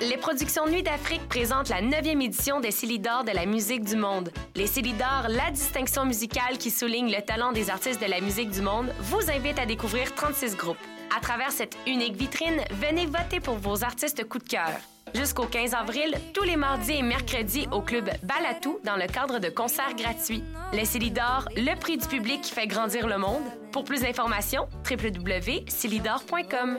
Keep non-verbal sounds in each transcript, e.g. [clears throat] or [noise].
Les productions Nuit d'Afrique présentent la 9e édition des Célidors de la musique du monde. Les Célidors, la distinction musicale qui souligne le talent des artistes de la musique du monde, vous invite à découvrir 36 groupes. À travers cette unique vitrine, venez voter pour vos artistes coup de cœur. Jusqu'au 15 avril, tous les mardis et mercredis au club Balatou dans le cadre de concerts gratuits. Les Célidors, le prix du public qui fait grandir le monde. Pour plus d'informations, www.célidor.com.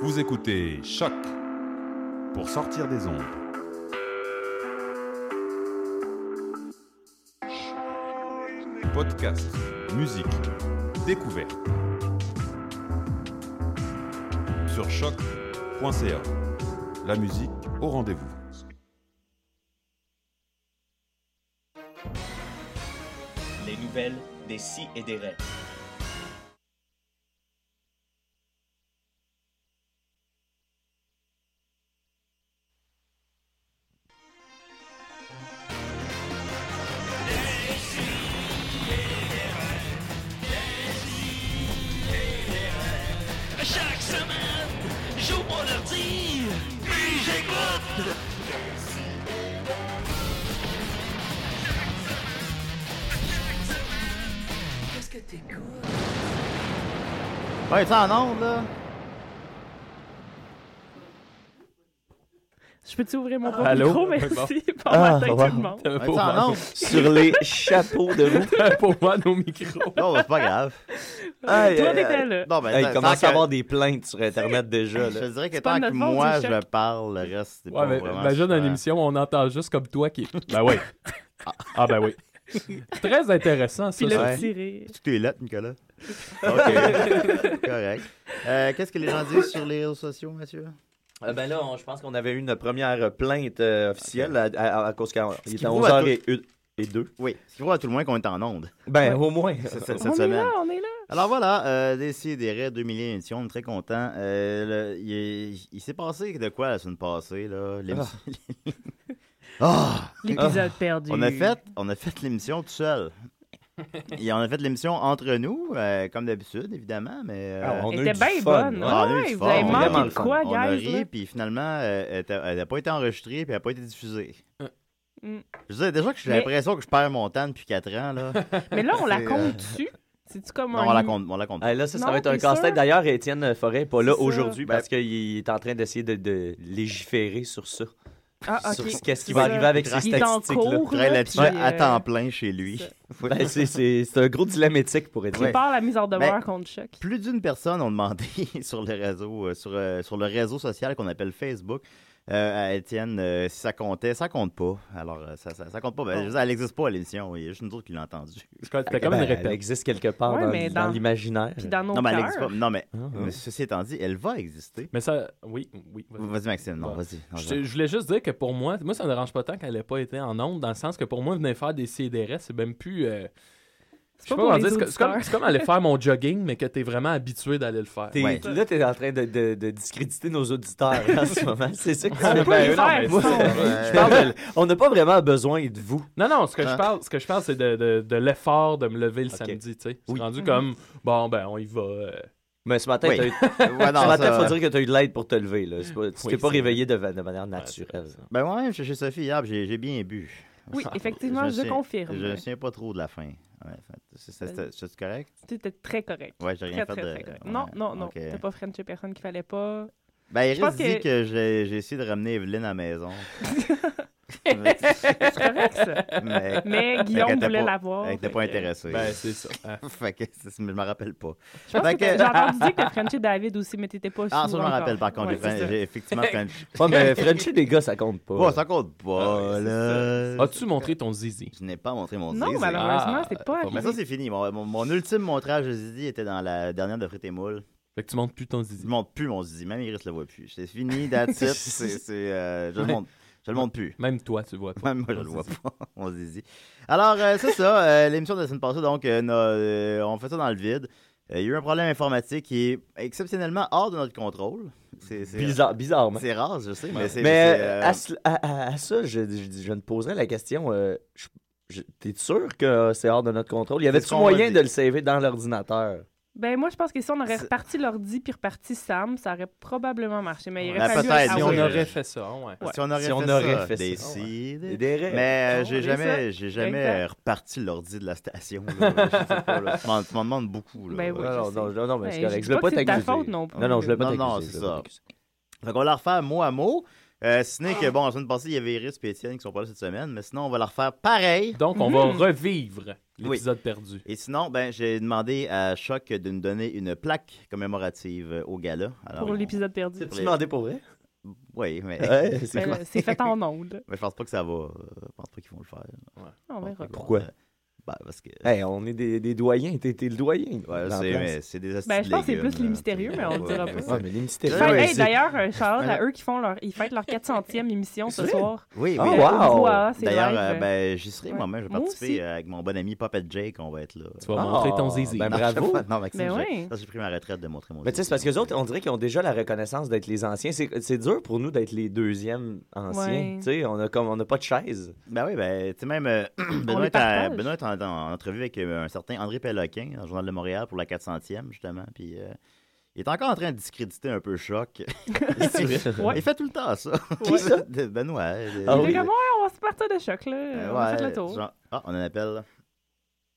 Vous écoutez Choc pour sortir des ondes. Podcast, musique, découverte. Sur choc.ca. La musique au rendez-vous. Les nouvelles des si et des rêves. Chaque semaine, j'ouvre mon ordi, puis j'écoute. Qu'est-ce que t'écoutes? Ouais, tu en onde, là? Je peux-tu ouvrir mon propre Allô? micro? Oui, Merci. bon. Bon Ah, matin, wow. tout le monde. T'avais Ouais, pas t'en ouvert- ondes. Sur [laughs] les chapeaux de roue. [laughs] t'avais pas ouvert nos micros. Non, c'est pas [laughs] grave. Aïe, Toi, aïe, t'étais aïe. là. Non, ben, Hey, tant- il commence tant à qu'à- avoir des plaintes sur Internet déjà. Je te Là. dirais que pas tant de que notre faute, moi, c'est je parle, le reste, c'est Ouais, pas mais vraiment... imagine super. une émission où on entend juste comme toi qui. Ben oui. [laughs] Ah, ben oui. Très intéressant, ça. Puis le ça. ouais. petit rire. Tu es là, Nicolas. [laughs] OK. Correct. Euh, Qu'est-ce que les gens disent sur les réseaux sociaux, monsieur? Euh, ben là, on- je pense qu'on avait eu une première plainte euh, officielle à, à- à cause qu'il qui était vaut à 11h et, et 2. Oui. Ce qui prouve à tout le moins qu'on est en onde [laughs] Ben, au moins. cette, cette- on cette est semaine. là, on est là. Alors voilà, euh, Décidéré, 2 millions d'émissions, on est très content. Euh, le- il est- il s'est passé de quoi la semaine passée, là? l'émission- [laughs] Ah! L'épisode perdu. On a fait, on a fait l'émission tout seul. Et on a fait l'émission entre nous, euh, comme d'habitude, évidemment, mais... euh, Ah, on Elle était du bien fun. hein. bonne. ah, on a eu ouais, du vous fun, avez on a manqué vraiment de le fun. quoi, on a guys? là? ri, puis finalement, euh, elle était- elle n'a pas été enregistrée, puis elle n'a pas été diffusée. Mm. Je disais déjà que j'ai Mais- l'impression que je perds mon temps depuis 4 ans, [laughs] là. Mais là, on la C'est, euh, compte-tu? C'est-tu comme non, un- on la compte, on la compte. Ah, là, ça, ça hein. Non, va être un t'es sûr? casse-tête. D'ailleurs, Étienne Forêt n'est pas là C'est ça. aujourd'hui Ben- parce qu'il est en train d'essayer de, de légiférer sur ça. Ah, Sur ok. ce- qu'est-ce qui C'est va ça. arriver avec ces Il est en statistiques-là. cours, Très là, là-dessus, puis, à euh, temps plein chez lui. c'est ça. Ben, c'est- c'est c'est un gros dilemme éthique pour Étienne. Ouais. Prépare la mise hors de Mais- demeure contre Choc. Plus d'une personne ont demandé [laughs] sur le réseau, euh, sur, euh, sur le réseau social qu'on appelle Facebook. euh, à Étienne, euh, si ça comptait, ça compte pas. Alors, euh, ça, ça, ça compte pas. Ben, je veux dire, elle n'existe pas à l'émission. Il y a juste nous autres qui l'a entendue. C'était comme Ben, une elle répète. existe quelque part Ouais, dans, mais dans dans- l'imaginaire. Puis dans nos Non, mais elle n'existe cœurs. pas. Non, mais Ah, mais ceci étant dit, elle va exister. Mais ça. Oui, oui. vas-y. Vas-y, Maxime. Non, Ouais. vas-y. Non, Je, te- je voulais juste dire que pour moi, moi ça ne dérange pas tant qu'elle n'ait pas été en onde, dans le sens que pour moi, venir faire des CDR, c'est même plus. euh, je sais pas pas pour comment les dire, c'est co- c'est comme, auditeurs. c'est comme aller faire mon jogging, mais que tu es vraiment habitué d'aller le faire. T'es- Ouais. Là, t'es en train de, de- de discréditer nos auditeurs en ce moment. C'est ça que tu On fais. peut Ben, les non, faire, mais ils sont- Ouais. je [laughs] parle de- On n'a pas vraiment besoin de vous. Non, non, ce que Ah. je parle, ce que je parle, c'est de, de- de l'effort de me lever le Ok. samedi, tu sais. Oui. C'est rendu comme, bon, ben, on y va. euh. Mais ce matin, Oui. t'as eu- Ouais, non, ce matin, ça- faut dire que tu as eu de l'aide pour te lever. Là. C'est Pas... Tu Oui, t'es pas c'est réveillé de, de manière naturelle. Ben moi-même, chez Sophie hier, puis j'ai j'ai bien bu. Oui, [laughs] effectivement, je sais- confirme. Je ne sais pas trop de la fin. Ouais, fait- c'est- c'est- c'est- C'est correct? C'était très correct. Ouais, j'ai rien Très, fait très, de... très correct. ouais, Non, non, non. ok. T'as pas friendship personne qu'il fallait pas. Ben, Iris Je pense dit que- que j'ai j'ai essayé de ramener Evelyne à la [laughs] maison. C'est correct, ça. mais Mais Fait Guillaume qu'elle voulait était pas- l'avoir. elle n'était fait pas que- intéressée. Ben, c'est ça. Ah. [laughs] fait que c'est- mais je me rappelle pas. Je pense Fait que t'as- que- j'ai entendu dire que t'as friendship David aussi, mais t'étais Ah, pas sous ça, je me encore. rappelle par contre. Ouais, j'ai c'est fait- ça. ben, j'ai effectivement [laughs] plein de ch- Ouais, mais [laughs] Frenchie, les gars, ça compte pas. Oh, ça compte pas, Ah ouais, c'est là. As-tu montré ton zizi? Je n'ai pas montré mon Non, zizi. malheureusement, Ah, c'est pas bon, Mais arrivé. ça, c'est fini. Mon, mon- mon ultime montrage de zizi était dans la dernière de Frites et Moules. Fait que tu montes plus ton Je zizi. ne montre plus mon zizi. Même Iris le voit plus. C'est fini, that's [laughs] it. C'est- c'est, euh, je ne le, Ouais. montre- je le montre plus. Même toi, tu [laughs] le vois pas. Même moi, je Ton le vois zizi. pas, mon zizi. Alors, euh, c'est ça. euh, [laughs] L'émission de la semaine passée, donc, euh, n'a- euh, on fait ça dans le vide. Euh, Il y a eu un problème informatique qui est exceptionnellement hors de notre contrôle. C'est c'est- Bizarre, bizarre, C'est rare, je sais, mais Mais, c'est. c'est, euh, à, ce- à- à- à ça, je, je- je ne poserais la question. euh, je- je- T'es sûr que c'est hors de notre contrôle? Y ce avait-tu qu'on va moyen dire. de le saver dans l'ordinateur? Ben, moi, je pense que si on aurait C'est- reparti l'ordi puis reparti Sam, ça aurait probablement marché. Mais il Ah, aurait fallu. peut-être, Ah oui. Si on ouais. aurait fait ça, ouais. Si on aurait Si fait on ça, aurait fait des ça, si- des- Des rêves. Mais On euh, j'ai est jamais, j'ai jamais Exact. euh, reparti l'ordi de la station. là. Je sais pas, là. Tu m'en- tu m'en demandes beaucoup. Là. Ben oui. Non, non, je non, sais. non, non, mais c'est Ben, correct. je Je dis veux pas pas que c'est de ta faute t'accuser. non plus, Non, non, je veux là. pas Non, non, t'accuser. c'est je veux pas ça. t'accuser. Fait qu'on va la refaire mot à mot. Euh, si ce n'est que, bon, la semaine passée, il y avait Iris et Étienne qui sont pas là cette semaine, mais sinon, on va la refaire pareil. Donc, on Hmm. va revivre l'épisode perdu. Et sinon, ben, j'ai demandé à Choc de nous donner une plaque commémorative euh, au gala. Alors, Pour on- l'épisode perdu. Tu demandais pour vrai? Oui, mais... [laughs] Ouais, [laughs] c'est Ben, clair. euh, C'est fait en ondes. mais je pense pas que ça va. euh, Je pense pas qu'ils vont le faire. On verra. Pourquoi? Euh, ben, parce que... Hey, on est des, des doyens. T'es t'es le doyen. Ouais, dans c'est, la place. mais c'est des astuces Ben, je pense que c'est de légumes, plus les là. mystérieux, mais on le dira pas. Ouais, mais les mystérieux. Fait- Ouais, hey, c'est- D'ailleurs, euh, Charles, Voilà. à eux qui font leur, ils fêtent leur 400e émission ce soir. [laughs] Oui, oui. Ah, Euh, ouais. wow! au Bois, c'est D'ailleurs, live. euh, ben, j'y serai ouais. moi-même. Je vais Moi participer aussi. euh, avec mon bon ami Papa Jake. On va être là. Tu vas Ah, montrer ton zizi. ben, Non, bravo. Non, Maxime, Ben j'ai- ouais. ça, j'ai pris ma retraite de montrer mon Mais tu sais, c'est parce que les autres, on dirait qu'ils ont déjà la reconnaissance d'être les anciens. C'est c'est dur pour nous d'être les deuxièmes anciens. Ouais. Tu sais, on a comme on n'a pas de chaise. Ben oui, ben, tu sais, même euh, [clears throat] On Benoît, est les en, partage. Benoît est en, en entrevue avec euh, un certain André Péloquin dans le Journal de Montréal pour la 400e, justement. Puis euh, il est encore en train de discréditer un peu [laughs] Choc. [laughs] Ouais. Il fait tout le temps ça. Qui ça? [laughs] De- Benoît. euh, Ah Il oui. était comme, ouais, on va se partir de choc, là. euh, on va ouais, faire le tour. genre- ah, on a un appel. là.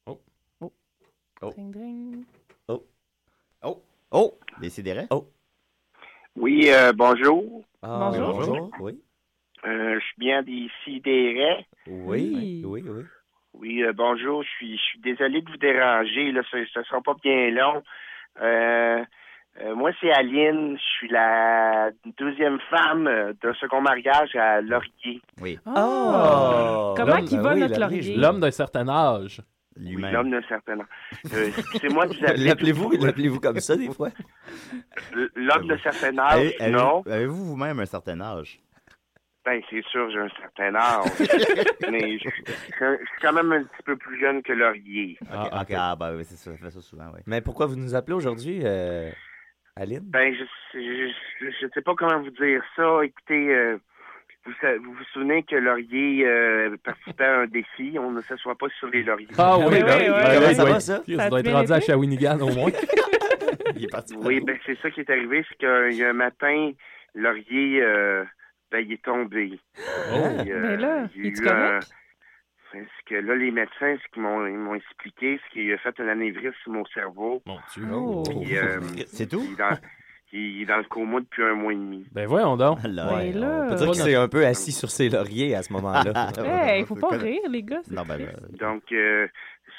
Oh. Dring, dring. Oh! Décidérez. Oui, euh, bonjour. Ah, Bonjour. Oui. Euh, je suis bien d'ici des raies. Oui. Oui. Oui, oui. Oui, euh, bonjour. Je suis, je suis désolé de vous déranger. Là, ce ne sera pas bien long. Euh, euh, moi, c'est Aline. Je suis la deuxième femme euh, d'un second mariage à Laurier. Ah! Comment L'homme- qu'il ben va oui, notre la vie, laurier? je- L'homme d'un certain âge. Oui, Lui-même. l'homme d'un certain âge. Euh, c'est moi qui vous appelais. L'appelez-vous l'appelez-vous comme ça [laughs] des fois? L'homme d'un certain âge, Avez- avez- non? Avez-vous vous-même un certain [laughs] âge? Ben, c'est sûr, j'ai un certain [laughs] âge. mais je, je- je suis quand même un petit peu plus jeune que Laurier. Ah, Ok, ah, ok, Ah, ben oui, c'est ça, ça fait ça souvent, oui. Mais pourquoi vous nous appelez aujourd'hui, euh, Aline? Ben, je je, je- je sais pas comment vous dire ça. Écoutez, euh, vous, sa- vous vous souvenez que Laurier euh, participait à un défi. On ne s'assoit pas sur les lauriers. Ah oui, oui, ben oui, oui, ben oui. oui, Ça oui. va, ça? Chris, Ça tu dois te être rendu à mérite. Shawinigan au [laughs] moins. Il est parti. Oui, [laughs] ben c'est ça qui est arrivé. C'est qu'il y a un matin, Laurier, euh, ben, il est tombé. Oh. Puis, euh, Ben là, il y a es-tu eu un- correct? Parce que là, les médecins, ce qu'ils m'ont ils m'ont expliqué, c'est qu'il a fait un anévrisme au cerveau. Mon Dieu. Oh. Puis, euh, C'est tout? il est dans- il est dans le coma depuis un mois et demi. Ben voyons donc. Ah, Là, Ben on- là. On peut dire qu'il s'est un peu assis sur ses lauriers à ce moment-là. [laughs] [laughs] Ah, Hey, faut pas Conna- rire, les gars. c'est Non, ben, triste. ben, Donc, euh,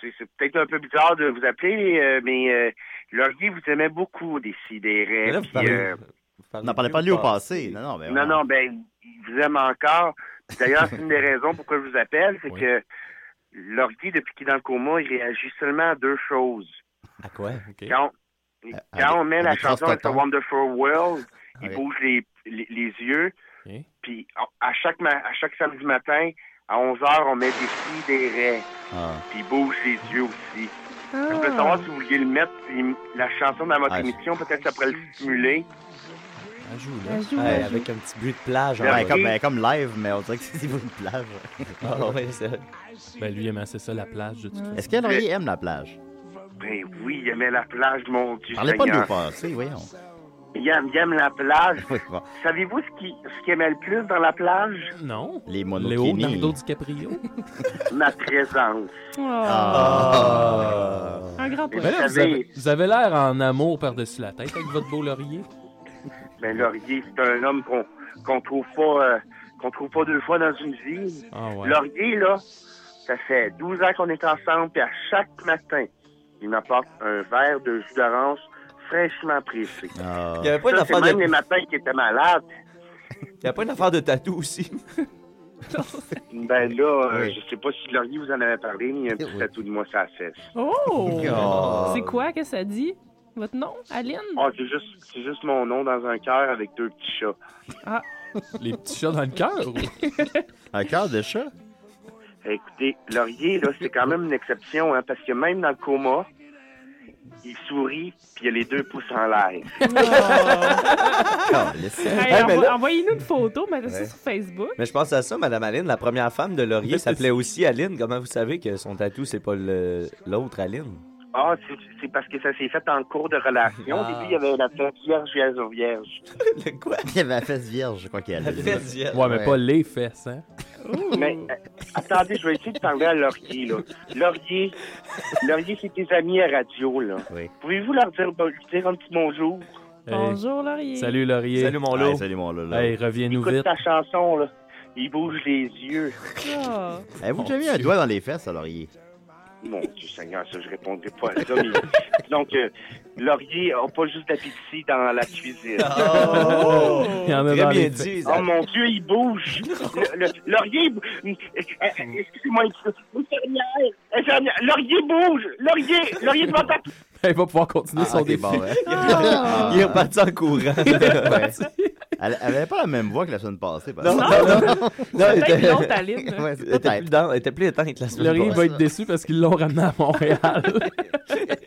c'est c'est peut-être un peu bizarre de vous appeler, euh, mais euh, Laurier vous aimait beaucoup, des Mais sidérés. euh, là, vous parlez- vous parlez n'en parlait plus pas de lui au passé. Non, non, ben, non, on- non, ben, il vous aime encore. Puis D'ailleurs, c'est une des raisons pourquoi je vous appelle, c'est Oui. que Laurier, depuis qu'il est dans le coma, il réagit seulement à deux choses. À quoi? Quand, quand on met la avec chanson It's a Transpotton. Wonderful World, il Ouais. bouge les, les, les yeux. Ok. Puis à- à chaque, ma- à chaque samedi matin, à 11h, on met des sidérés. Ah. Puis il bouge les yeux aussi. Je voulais Ah. savoir si vous vouliez le mettre, il- la chanson dans votre Ah, émission, peut-être ça pourrait le stimuler. Ah, joue, là. Elle joue, Ouais, elle joue. avec un petit bruit de plage. Ouais, Merci. comme, ben, comme live, mais on dirait que c'est [laughs] pour une plage. Ah ouais, c'est- Ben lui, il aimait assez ça, la plage. de toute façon. Est-ce que Laurier aime la plage? Ben oui, il aimait la plage, mon Dieu Parlez pas de nous Seigneur. passé, voyons. Il aime, il aime la plage. Oui, bon. Savez-vous ce qui ce qu'il aimait le plus dans la plage? Non. Les Léo Nardo monokini. [laughs] DiCaprio. Ma présence. Oh, Ah. Un grand Mais poète. Ben là, vous vous savez, avez, vous avez l'air en amour par-dessus la tête avec votre beau laurier. ben, Laurier, c'est un homme qu'on qu'on trouve pas euh, qu'on trouve pas deux fois dans une vie. Ah ouais. Laurier, là, ça fait 12 ans qu'on est ensemble, puis à chaque matin, il m'apporte un verre de jus d'orange fraîchement pressé. Ah. Il n'y avait pas une Ça, c'est affaire même de- les matins qu'il était malade. il y avait pas une affaire de tatou [laughs] aussi. Ben là, euh, Oui. je sais pas si Laurier vous en avait parlé, mais il y a un petit Oui. tatou de moi sur la fesse. Oh! Ah. C'est quoi que ça dit? Votre nom, Aline? Ah, c'est juste, c'est juste mon nom dans un cœur avec deux petits chats. Les petits chats dans le cœur? ou- Un cœur de chat? Eh, Écoutez, Laurier, là, c'est quand même une exception, hein, parce que même dans le coma, il sourit, puis il a les deux pouces en l'air. Calisse. Hey, Hey, mais envo- là- Envoyez-nous une photo, mettez ça Ouais. sur Facebook. Mais je pense à ça, Madame Aline, la première femme de Laurier s'appelait aussi Aline. Comment vous savez que son tatou, c'est pas le- l'autre Aline? Ah, c'est, c'est parce que ça s'est fait en cours de relation. Au début, il y avait la fête vierge, vierge, vierge. Le quoi? Il y avait la fesse vierge, je crois qu'il y avait. Ouais, mais Ouais. pas les fesses, hein? Mais euh, attendez, je vais essayer de parler à Laurier, là. Laurier, Laurier, c'est tes amis à radio, là. Oui. Pouvez-vous leur dire, bon- lui dire un petit bonjour? Hey, Bonjour, Laurier. Salut Laurier. Salut, mon Hey, loup. salut mon Lolo. Hey, reviens-nous Écoute [laughs] vite. ta chanson, là. Il bouge les yeux. Ah. Avez-vous déjà mis un doigt dans les fesses, alors il... Mon Dieu Seigneur, ça, je répondrai pas à ça. Mais... Donc, euh, Laurier n'a pas juste d'appétit dans la cuisine. Oh! Il y en a Très dans bien les fesses. dit. Oh mon Dieu, il bouge! Le- le- Laurier, bou- euh, euh, excusez-moi, excusez- infirmière, infirmière, Laurier bouge! Laurier, Laurier devant ta [laughs] Il va pouvoir continuer son Ah, ok, défi. [laughs] bon, ouais. Ah. Il est reparti en courant. Ouais. Elle, elle avait pas la même voix que la semaine passée. par Non, exemple. Non, il Peut-être était- l'autre, Aline. [laughs] Ouais, il était plus peut-être. dans- il était plus éteint que la semaine [laughs] Laurier passée. va être déçu parce qu'ils l'ont ramené à Montréal.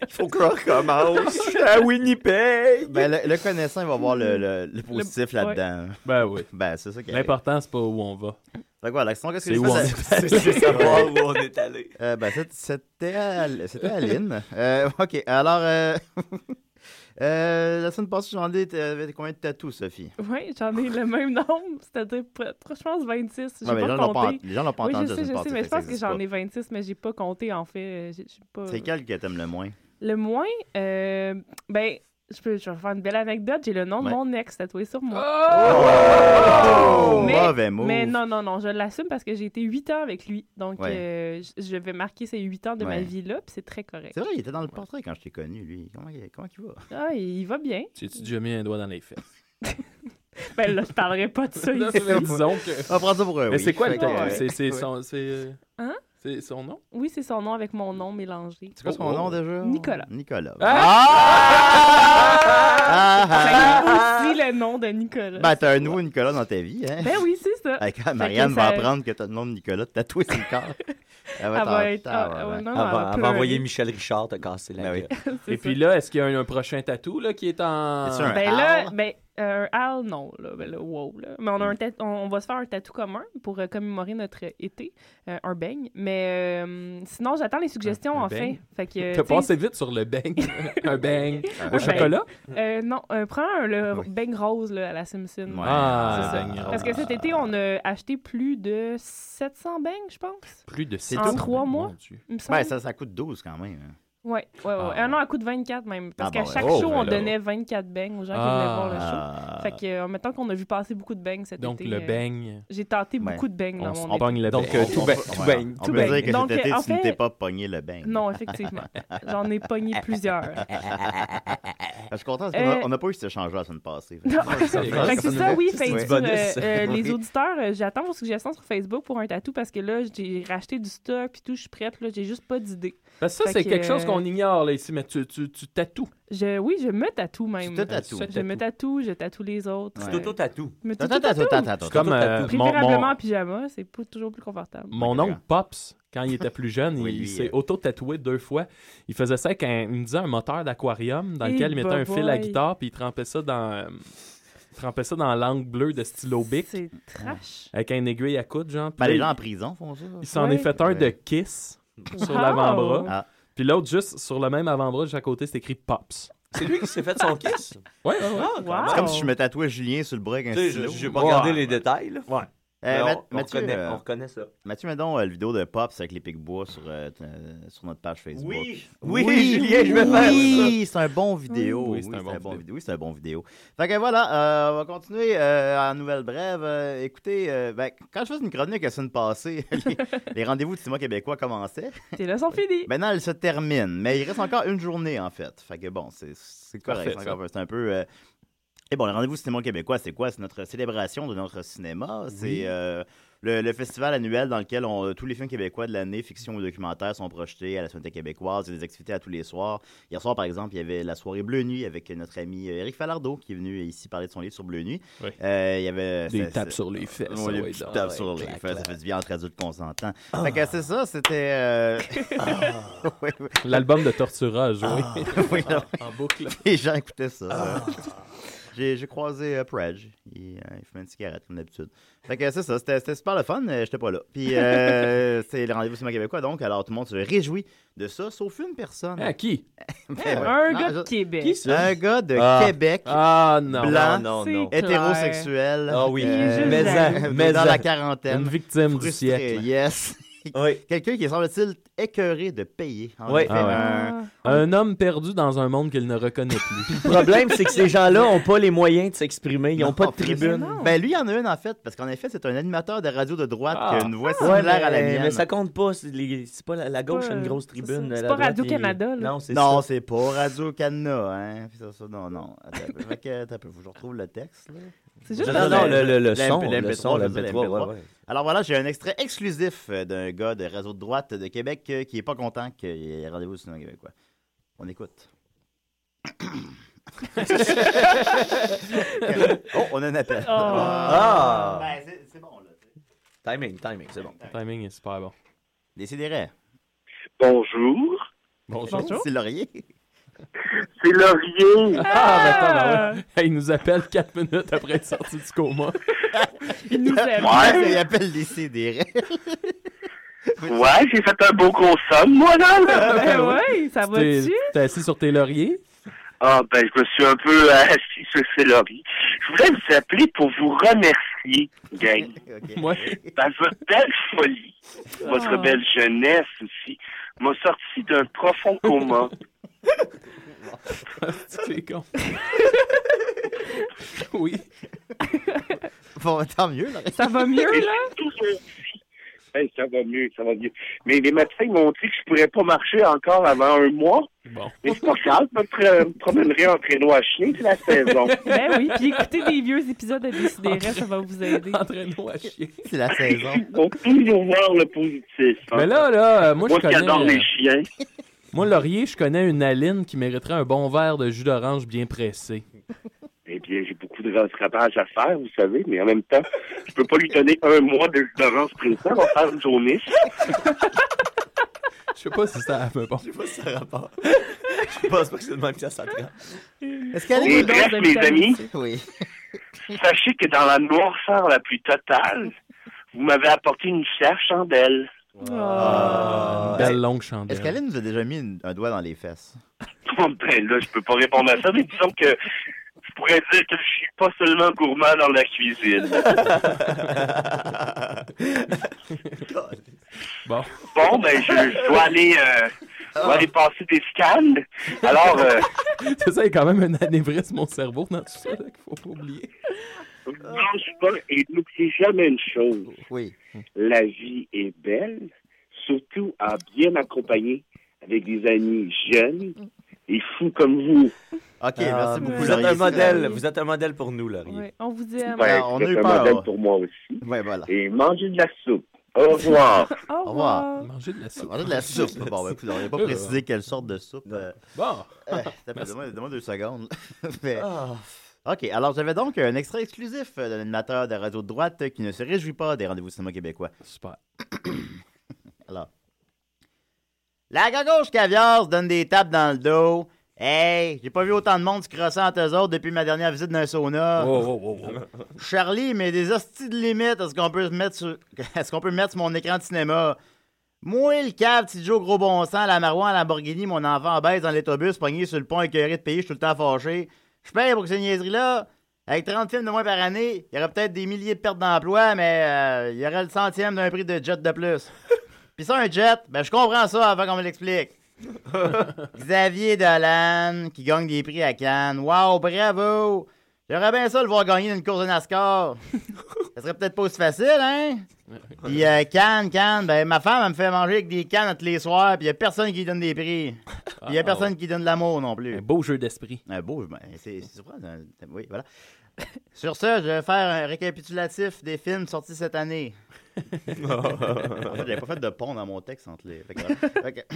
Faut qu'on recommence. Je suis [laughs] à Winnipeg. Ben, le, le connaissant, il va voir le, le- le positif Le- là-dedans. ben oui. Ben, c'est ça qui arrive. L'important, c'est pas où on va. Fait que voilà, sinon, qu'est-ce que j'ai C'est où fait on la- [laughs] est. C'est savoir où on est allé. Euh, ben, c'est- c'était Al- c'était Aline. Euh, OK, alors... euh, [laughs] euh, la semaine passée, j'en ai euh, combien de tatous, Sophie? Oui, j'en ai le même nombre, c'est-à-dire, pr- pr- je pense 26. J'ai Ouais, mais les gens pas l'ont pas en- compté. les gens l'ont pas oui, entendu je la sais, semaine je passée. sais, mais fait je pense que ça j'en existe ai 26, mais j'ai pas compté, en fait. euh, j'ai- j'ai pas... pas. C'est quel que t'aimes le moins? Le moins, euh, ben, je peux je vais faire une belle anecdote. J'ai le nom Ouais. de mon ex tatoué sur moi. Oh! Mais- Mauvais mot. Mais non, non, non, je l'assume parce que j'ai été 8 ans avec lui. Donc, Ouais. euh, je- je vais marquer ces 8 ans de ma Ouais. vie-là, puis c'est très correct. C'est vrai, il était dans le portrait quand je t'ai connu, lui. Comment, il- comment il va? Ah, il va bien. J'ai-tu déjà mis un doigt dans les [laughs] fesses? Ben là, je parlerai [laughs] pas de ça Là, ici. disons que... On prend Ah, ça pour un Mais oui. c'est quoi le Fait que, tatouage? euh, C'est- C'est son... c'est, euh, Hein? C'est son nom? Oui, c'est son nom avec mon nom mélangé. C'est quoi son nom déjà? Nicolas. Oh, Nicolas. Ah! Fait que aussi le nom de Nicolas. Ben, t'as un nouveau Nicolas dans ta vie, hein? Ben oui, c'est ça. Fait que Marianne va ça- apprendre que t'as le nom de Nicolas tatoué sur le [laughs] corps. Elle Elle t'en- va être. Ah, ah, ouais, ouais, ouais. Elle non, elle va va, elle va pleurer. envoyer Michel Richard te casser la Ben oui. gueule. [laughs] C'est Et ça. puis là, est-ce qu'il y a un, un prochain tatou là, qui est en... C'est sûr, un- Ben là, Al? ben, euh, un Al, non, là, ben là, wow, là. Mais on, Mm. a un tat- on, on va se faire un tatou commun pour euh, commémorer notre été, euh, un beigne. Mais euh, sinon, j'attends les suggestions, Un- un enfin. beigne? Fait que, euh, T'as tu sais, passé vite sur le bang. [laughs] un bang Un au bang. chocolat? euh, non, euh, prends un- le Oui. beigne rose, là, à la Simpson. Ouais. Ah, C'est ça. bang. Parce que cet été, on a acheté plus de 700 beignes, je pense. Plus de C'est 7 en trois mois. Il me semble. Ben, ça, ça coûte 12 quand même. hein. Ouais, ouais, ouais. Ah, un an à coût de 24 même. Parce Ah, qu'à bon, ouais. chaque Oh, show, on ben là. donnait 24 beignes aux gens qui Ah. venaient voir le show. Ah. Fait que, euh, mettons qu'on a vu passer beaucoup de beignes cet Donc été. le euh, bang. J'ai tenté Ouais. beaucoup de beignes On dans se mon été. pogne le Donc, bang. euh, tout On- bang, on- tout on- bang, On tout peut bang. dire que Donc, euh, cet été, en tu ne fait- t'es pas pogné le bang. [laughs] Non, effectivement. J'en ai pogné [laughs] plusieurs. Je suis content parce qu'on a- Euh, on n'a pas eu ce change-là la semaine passée. Non. [laughs] Ça Fait que c'est ça, oui. Fait que du sur, bonus. euh, euh, [laughs] Oui. les auditeurs, euh, j'attends vos suggestions sur Facebook pour un tatou parce que là, j'ai racheté du stock puis tout, je suis prête. Là, j'ai juste pas d'idée. Parce que ça, Fait c'est que, quelque chose euh, qu'on ignore là, ici, mais tu, tu, tu tatoues. Je, oui, je me tatoue même. Tu te tatoues. Je me tatoue, je tatoue les autres. Ouais. Euh, Toto-tatou. je me Attends, tatoue. attends, attends, attends. C'est comme euh, tatoues. mon, Préférablement mon, en pyjama, c'est pas toujours plus confortable. mon oncle Pops, quand il était [laughs] plus jeune, Oui, il lui, s'est euh. auto-tatoué deux fois. Il faisait ça avec un, il me disait, un moteur d'aquarium dans Eh, lequel il mettait un boy. fil à guitare puis il trempait ça dans, euh, il trempait ça dans l'angle bleu de stylo bic C'est trash. avec un aiguille à coude, genre. Puis Ben, là, les gens en prison font ça. il s'en Ouais. est fait un Ouais. de Kiss sur Wow. l'avant-bras. Ah. Puis l'autre, juste sur le même avant-bras, juste à côté, c'est écrit Pops. C'est lui qui s'est fait son [laughs] kiss. Ouais, hein. Ah, ouais, ouais. Wow. C'est comme si je me tatouais Julien sur le bras avec un Tu sais, stylo. je- j'ai pas Ouais. regardé les détails. Là. Ouais. Mais Euh, on, Math- on Mathieu, reconnaît, euh, on reconnaît ça. Mathieu, mettons euh, la vidéo de Pops avec les pics bois sur, euh, t- euh, sur notre page Facebook. oui, Julien, je vais faire Oui, c'est un bon vidéo. Oui, Oui, c'est c'est un bon un bon vidéo. vidéo. Oui, c'est un bon vidéo. Fait que voilà, euh, on va continuer euh, en nouvelle brève. Euh, écoutez, euh, ben, quand je faisais une chronique la semaine passée, [laughs] les, les rendez-vous du cinéma québécois commençaient. Tes là sont finis. Maintenant, elle se termine, mais il reste encore une journée, en fait. Fait que bon, c'est c'est correct. Parfait, c'est encore- C'est un peu. euh, Et bon, le rendez-vous cinéma québécois, c'est quoi? C'est notre célébration de notre cinéma. C'est. euh, le, le festival annuel dans lequel on- tous les films québécois de l'année, fiction ou documentaire, sont projetés à la Société québécoise. Il y a des activités à tous les soirs. Hier soir, par exemple, il y avait la soirée Bleu Nuit avec notre ami euh, Eric Falardeau qui est venu ici parler de son livre sur Bleu Nuit. Oui. Euh, il y avait Des c'est- tapes c'est- sur les fesses. Ouais, ça, des ouais, petites donc. tapes Ouais, sur les clac, Ah. fesses. Ça clac. fait du bien entre adultes consentants. Fait que c'est ça, c'était. euh, [laughs] Oui, oui. L'album de Tortura a joué Oui, non. Ah, en boucle. Les gens écoutaient ça. Ah. J'ai j'ai croisé euh, Pradge. Il, euh, il fumait une cigarette, comme d'habitude. Fait que c'est ça, c'était c'était super le fun. euh, J'étais pas là. Puis euh, [laughs] c'est le rendez-vous cinéma québécois, donc. Alors tout le monde se réjouit de ça, sauf une personne. [laughs] Ah, qui Ben, ouais. Un Non, gars de je- Québec. Qui Euh, ça? un gars de Ah. Québec, Ah non. Blanc. non, C'est non. clair. hétérosexuel. Ah oui. Il est juste Mais- jaloux. mais mais- dans la Une quarantaine. victime Frustré, du siècle. yes. [laughs] Oui. Quelqu'un qui est, semble-t-il écœuré de payer. En Ouais. effet, Ah ouais. un- Un homme perdu dans un monde qu'il ne reconnaît plus. Le problème, c'est que ces gens-là n'ont pas les moyens de s'exprimer. Ils n'ont Non, pas de Chris, tribune. non. Ben lui, il y en a une en fait, parce qu'en effet, c'est un animateur de radio de droite Ah. qui a une voix Ouais, similaire à la mais- mienne. Mais ça compte pas. C'est les- c'est pas la, la gauche pas, a une euh, grosse c'est ça. tribune. C'est la pas droite, Radio-Canada, il- là. Non, c'est Non, ça. c'est pas Radio-Canada, hein. Puis ça, ça, non, non. Attends, un peu. fait que, attends, un peu, faut que je retrouve le texte, là. C'est juste Non, parce non, que- non, le, le, le l'M- son, l'M- le son, le l'M- MP3, l'M- ouais, ouais. Alors voilà, j'ai un extrait exclusif euh, d'un gars de radio de droite de Québec euh, qui est pas content qu'il y ait rendez-vous au cinéma québécois. On [laughs] écoute. oh, on a un appel. Ah! Ben, c'est- c'est bon, là. Timing, timing, c'est bon. Le timing est super bon. Décidérez. Bonjour. Bonjour. Bonjour. C'est Laurier. C'est Laurier. Ah, ben, attends, ben, ouais. Il nous appelle 4 minutes après être sorti du coma. [laughs] Il nous aime. Ouais, il appelle décidérez. Ouais, j'ai fait un beau consomme, moi, là. [laughs] là. Ben ouais, ça T'es va-tu? t'es assis sur tes [laughs] lauriers. Ah, ben, je me suis un peu [laughs] assis sur c'est Laurier. Je voulais vous appeler pour vous remercier, gang. [laughs] Ok. Moi, Dans Ben, votre belle folie, votre Ah. belle jeunesse aussi, m'a sorti d'un profond coma. c'est con. [laughs] oui. Bon, tant mieux, Laurier. Ça va [laughs] mieux, Et là? c'est tout gentil. Hey, ça va mieux, ça va mieux. Mais les médecins m'ont dit que je pourrais pas marcher encore avant un mois. Bon. Mais c'est pas grave, je me tra- me promènerai en traîneau à chien, c'est la saison. Ben oui, puis écoutez des vieux épisodes de Décidérés, ça va vous aider. [laughs] Entraîne-nous à chier. C'est la saison. [laughs] faut toujours voir le positif. hein. Mais là, là, euh, moi, moi je qui adore connais. euh, les chiens. Moi, Laurier, je connais une aline qui mériterait un bon verre de jus d'orange bien pressé. Eh bien, j'ai beaucoup de rattrapage à faire, vous savez, mais en même temps, je peux pas lui donner un mois de d'avance présent, on va faire une journée. Je sais pas si ça mais bon. Je sais pas si ça rapport. Je pense pas que c'est le même que ça s'apprend. Est-ce qu'elle Et est... Oui. bref, dose de mes amis, vitamine Oui. sachez que dans la noirceur la plus totale, vous m'avez apporté une chère chandelle. [laughs] Une Ah. belle longue Est-ce chandelle. qu'Aline nous a déjà mis une- un doigt dans [laughs] les fesses? Bon, ben là, je peux pas répondre à ça, mais disons que je pourrais dire que je suis pas seulement gourmand dans la cuisine. Bon. Bon, ben, je, je dois aller, euh, je dois aller passer des scans. Alors, euh, C'est ça, il y a quand même un anévrisme au cerveau dans tout ça là, qu'il faut pas oublier. mange pas et n'oubliez jamais une chose. Oui. La vie est belle, surtout à bien accompagner avec des amis jeunes et fous comme vous. OK, merci beaucoup, Euh, Vous êtes Laurier. un modèle, Laurier. vous êtes un modèle pour nous, Laurier. Ouais, on vous aime. Ben, Ah on vous a êtes eu un peur. modèle pour moi aussi. [laughs] Ouais, voilà. Et mangez de la soupe. Au revoir. Au revoir. revoir. Manger de la soupe. On a de la soupe. Bon, ben, écoute, on n'a pas Euh. précisé quelle sorte de soupe. euh, Bon. euh, t'as pas- Donne-moi donne-moi deux secondes. [laughs] Mais- Ah. OK, alors j'avais donc un extrait exclusif euh, de l'animateur de radio de droite euh, qui ne se réjouit pas des rendez-vous cinéma québécois. Super. Alors. La gauche caviar se donne des tapes dans le dos. Hey, j'ai pas vu autant de monde se crosser entre eux autres depuis ma dernière visite d'un sauna. Oh, oh, oh, oh. Charlie, mais des hosties de limite à ce qu'on peut se mettre sur... [laughs] à ce qu'on peut mettre sur mon écran de cinéma. Moi, le cave, petit Joe Gros Bon Sang, la Marouane, la Lamborghini, mon enfant baisse dans l'autobus, pogné sur le pont écœuré de pays, je suis tout le temps fâché. Je paye pour ces niaiseries-là. Avec 30 films de moins par année, il y aurait peut-être des milliers de pertes d'emplois, mais euh, il y aurait le centième d'un prix de jet de plus. Puis ça, un jet, ben je comprends ça avant qu'on me l'explique. Xavier Dolan, qui gagne des prix à Cannes. Wow, bravo! J'aimerais bien ça le voir gagner une course de NASCAR. ça serait peut-être pas aussi facile, hein? Puis euh, Cannes, Cannes, ben ma femme, elle me fait manger avec des cannes tous les soirs, puis y a personne qui lui donne des prix. Puis y a personne qui lui donne de l'amour non plus. Ah, Un beau jeu d'esprit. Un beau, ben, c'est c'est surprenant. hein, Oui, voilà. [laughs] Sur ce, je vais faire un récapitulatif des films sortis cette année. en fait, j'avais pas fait de pont dans mon texte entre les. fait que voilà. Fait que- [coughs]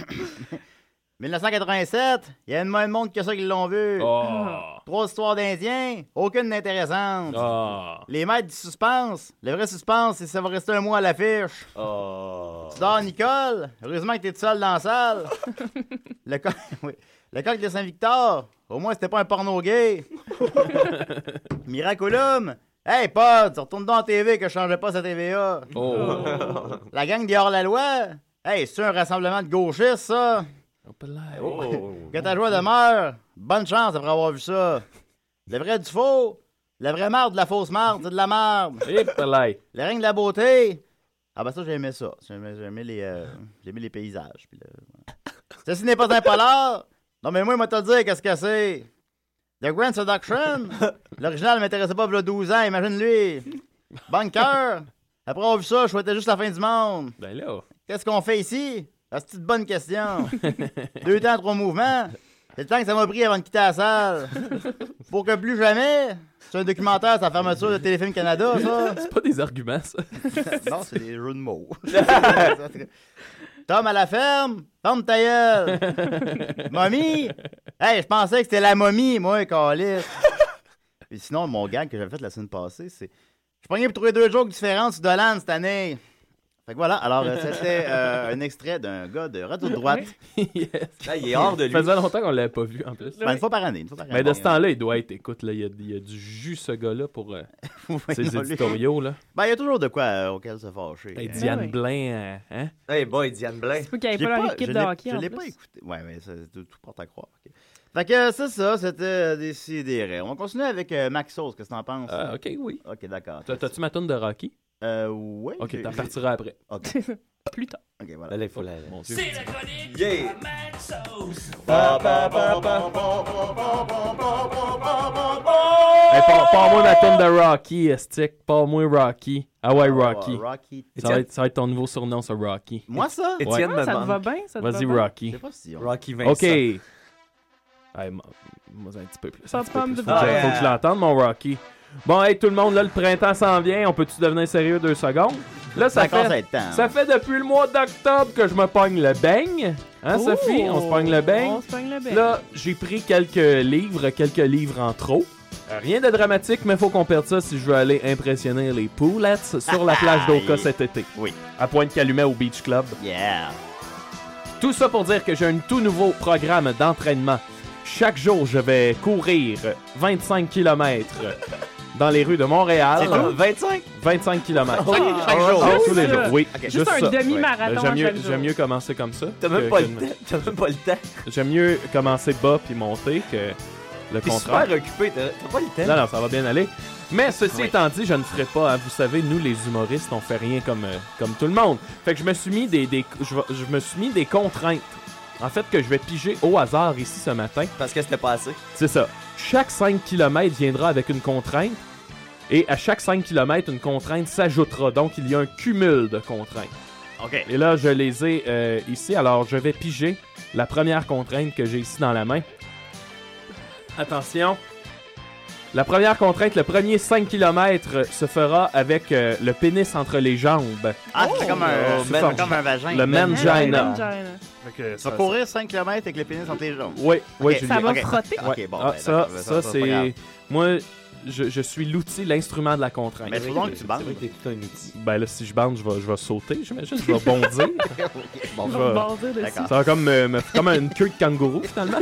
1987, il y a une moins de monde que ça qui l'ont vu. Oh. Trois histoires d'Indiens, aucune d'intéressante. Oh. Les maîtres du suspense. Le vrai suspense, c'est si ça va rester un mois à l'affiche. Tu dors, Nicole. Heureusement que t'es tout seul dans la salle. le, co- oui. Le coq de Saint-Victor. Au moins, c'était pas un porno gay. Miraculum. Hey, Pod, tu retournes dans la TV que je changeais pas sa TVA. Oh. Ah. La gang des hors-la-loi. Hey, c'est un rassemblement de gauchistes, ça. Oh. Que ta joie demeure. Bonne chance après avoir vu ça. Le vrai du faux. Le vrai marde de la fausse marde, c'est de la marde. Et palais. Le règne de la beauté. Ah ben ça, j'ai aimé ça. J'ai aimé, j'ai aimé les, euh, j'ai aimé les paysages. puis le- ouais. Ceci n'est pas un polar. Non mais moi, il m'a te le dire qu'est-ce que c'est. The Grand Seduction. L'original m'intéressait pas v'là 12 ans, imagine-lui. Bunker. Après avoir vu ça, je souhaitais juste la fin du monde. Ben là. Qu'est-ce qu'on fait ici? Ah, C'est une bonne question. Deux temps, trois mouvements. C'est le temps que ça m'a pris avant de quitter la salle. Pour que plus jamais, c'est un documentaire, c'est la fermeture de Téléfilm Canada, ça. C'est pas des arguments, ça. [laughs] [laughs] Non, c'est des jeux de mots. Tom à la ferme, ferme ta gueule. [laughs] momie, hey, je pensais que c'était la momie, moi, [laughs] calice. Et sinon, mon gag que j'avais fait la semaine passée, c'est. Je pognais pour trouver deux jokes différents sur Dolan cette année. Fait que voilà, alors euh, c'était [laughs] euh, un extrait d'un gars de Radio de droite. yes. Là, il est hors de Ça lui. faisait longtemps qu'on l'avait pas vu en plus. Ben, une fois par année, une fois par année. Mais de ce temps-là, il doit être. Écoute, là, il y a, il y a du jus, ce gars-là, pour euh, Ouais, ses non, lui- éditoriaux. Là. Ben, il y a toujours de quoi euh, auquel se fâcher. Hey, hein. Diane oui. Blain, euh, hein? Hey boy, Diane Blain. C'est pas qu'il n'y Je l'ai avait pas leur pas- équipe je de l'ai- hockey. Je en l'ai pas plus. écouté. Ouais, mais ça, tout, tout porte à croire. ok. Fait que c'est ça, c'était euh, des sidérés. On continue avec euh, Maxos, qu'est-ce que t'en penses? Ah, ok, oui. Ok, d'accord. T'as- T'as-tu ma toune de Rocky? Euh, ouais. Ok, j'ai- t'en j'ai- partiras après. [laughs] Plus tard. Ok, voilà. Là, il faut la. Mon Dieu. C'est la chronique Yeah. à Mad Sauce. Hey, pas, moi ma toune de Rocky, Stick. Pas moi Rocky. Ah ouais, Rocky. Ah, Rocky. Ça va, être, ça va être ton nouveau surnom, ça, Rocky. Moi, ça? Étienne Ouais. me Ah, ça te demande. va bien, ça te va Vas-y, bien? Je Rocky. sais pas si. on- Rocky Vincent. Ok. Hey, moi, moi, un petit peu plus. un Pas petit peu pomme plus. de Faut, que, vache. faut que je l'entende, mon Rocky. Bon, hey, tout le monde, là, le printemps s'en vient. On peut-tu devenir sérieux deux secondes? Là, ça Ça commence à fait, être temps. ça fait depuis le mois d'octobre que je me pogne le beigne. Hein, Sophie? On se pogne le beigne. Oh! On se pogne le beigne. Là, j'ai pris quelques livres, quelques livres en trop. Euh, Rien de dramatique, mais faut qu'on perde ça si je veux aller impressionner les poulettes sur la plage d'Oka cet été. Oui. À Pointe-Calumet au Beach Club. Yeah. Tout ça pour dire que j'ai un tout nouveau programme d'entraînement. Chaque jour, je vais courir 25 km dans les rues de Montréal. 25? 25 Ah, km. Chaque jour. tous les jours. Oui, Ok. Juste un ça. demi-marathon. Euh, à J'aime mieux, chaque jour. j'aime mieux commencer comme ça. T'as même que- pas que- le temps. T'as même pas le temps. J'aime mieux commencer bas puis monter que le T'es contraire. super occupé. T'as t'as pas le temps. Non, non, ça va bien aller. Mais ceci étant dit, je ne ferai pas. hein. Vous savez, nous les humoristes, on fait rien comme, euh, comme tout le monde. Fait que je me suis mis des, des je, vais- je me suis mis des contraintes. En fait, que je vais piger au hasard ici ce matin. Parce que c'était pas assez. C'est ça. Chaque 5 km viendra avec une contrainte. Et à chaque 5 km, une contrainte s'ajoutera. Donc, il y a un cumul de contraintes. Ok. Et là, je les ai euh, ici. Alors, je vais piger la première contrainte que j'ai ici dans la main. Attention. La première contrainte, le premier 5 km se fera avec euh, le pénis entre les jambes. Ah, c'est comme Oh, un. C'est man- comme un vagin. Le Ouais, mangina. mangina. Tu vas courir 5 km avec le pénis entre les jambes. Oui, oui, Ok. Julien. Ça va Ok. frotter. Ok, Ouais. bon. Ah, ben, ça, d'accord, ça, pas grave. c'est... Moi, je, je suis l'outil, l'instrument de la contrainte. Mais faut donc que tu bandes. t'es tout un outil. Ben là, si je bande, je vais, je vais sauter, j'imagine. Je vais bondir. [laughs] Ok, Bon, Je On vais- va bondir dessus. D'accord. Ça va comme, me- me- comme une queue de kangourou, finalement.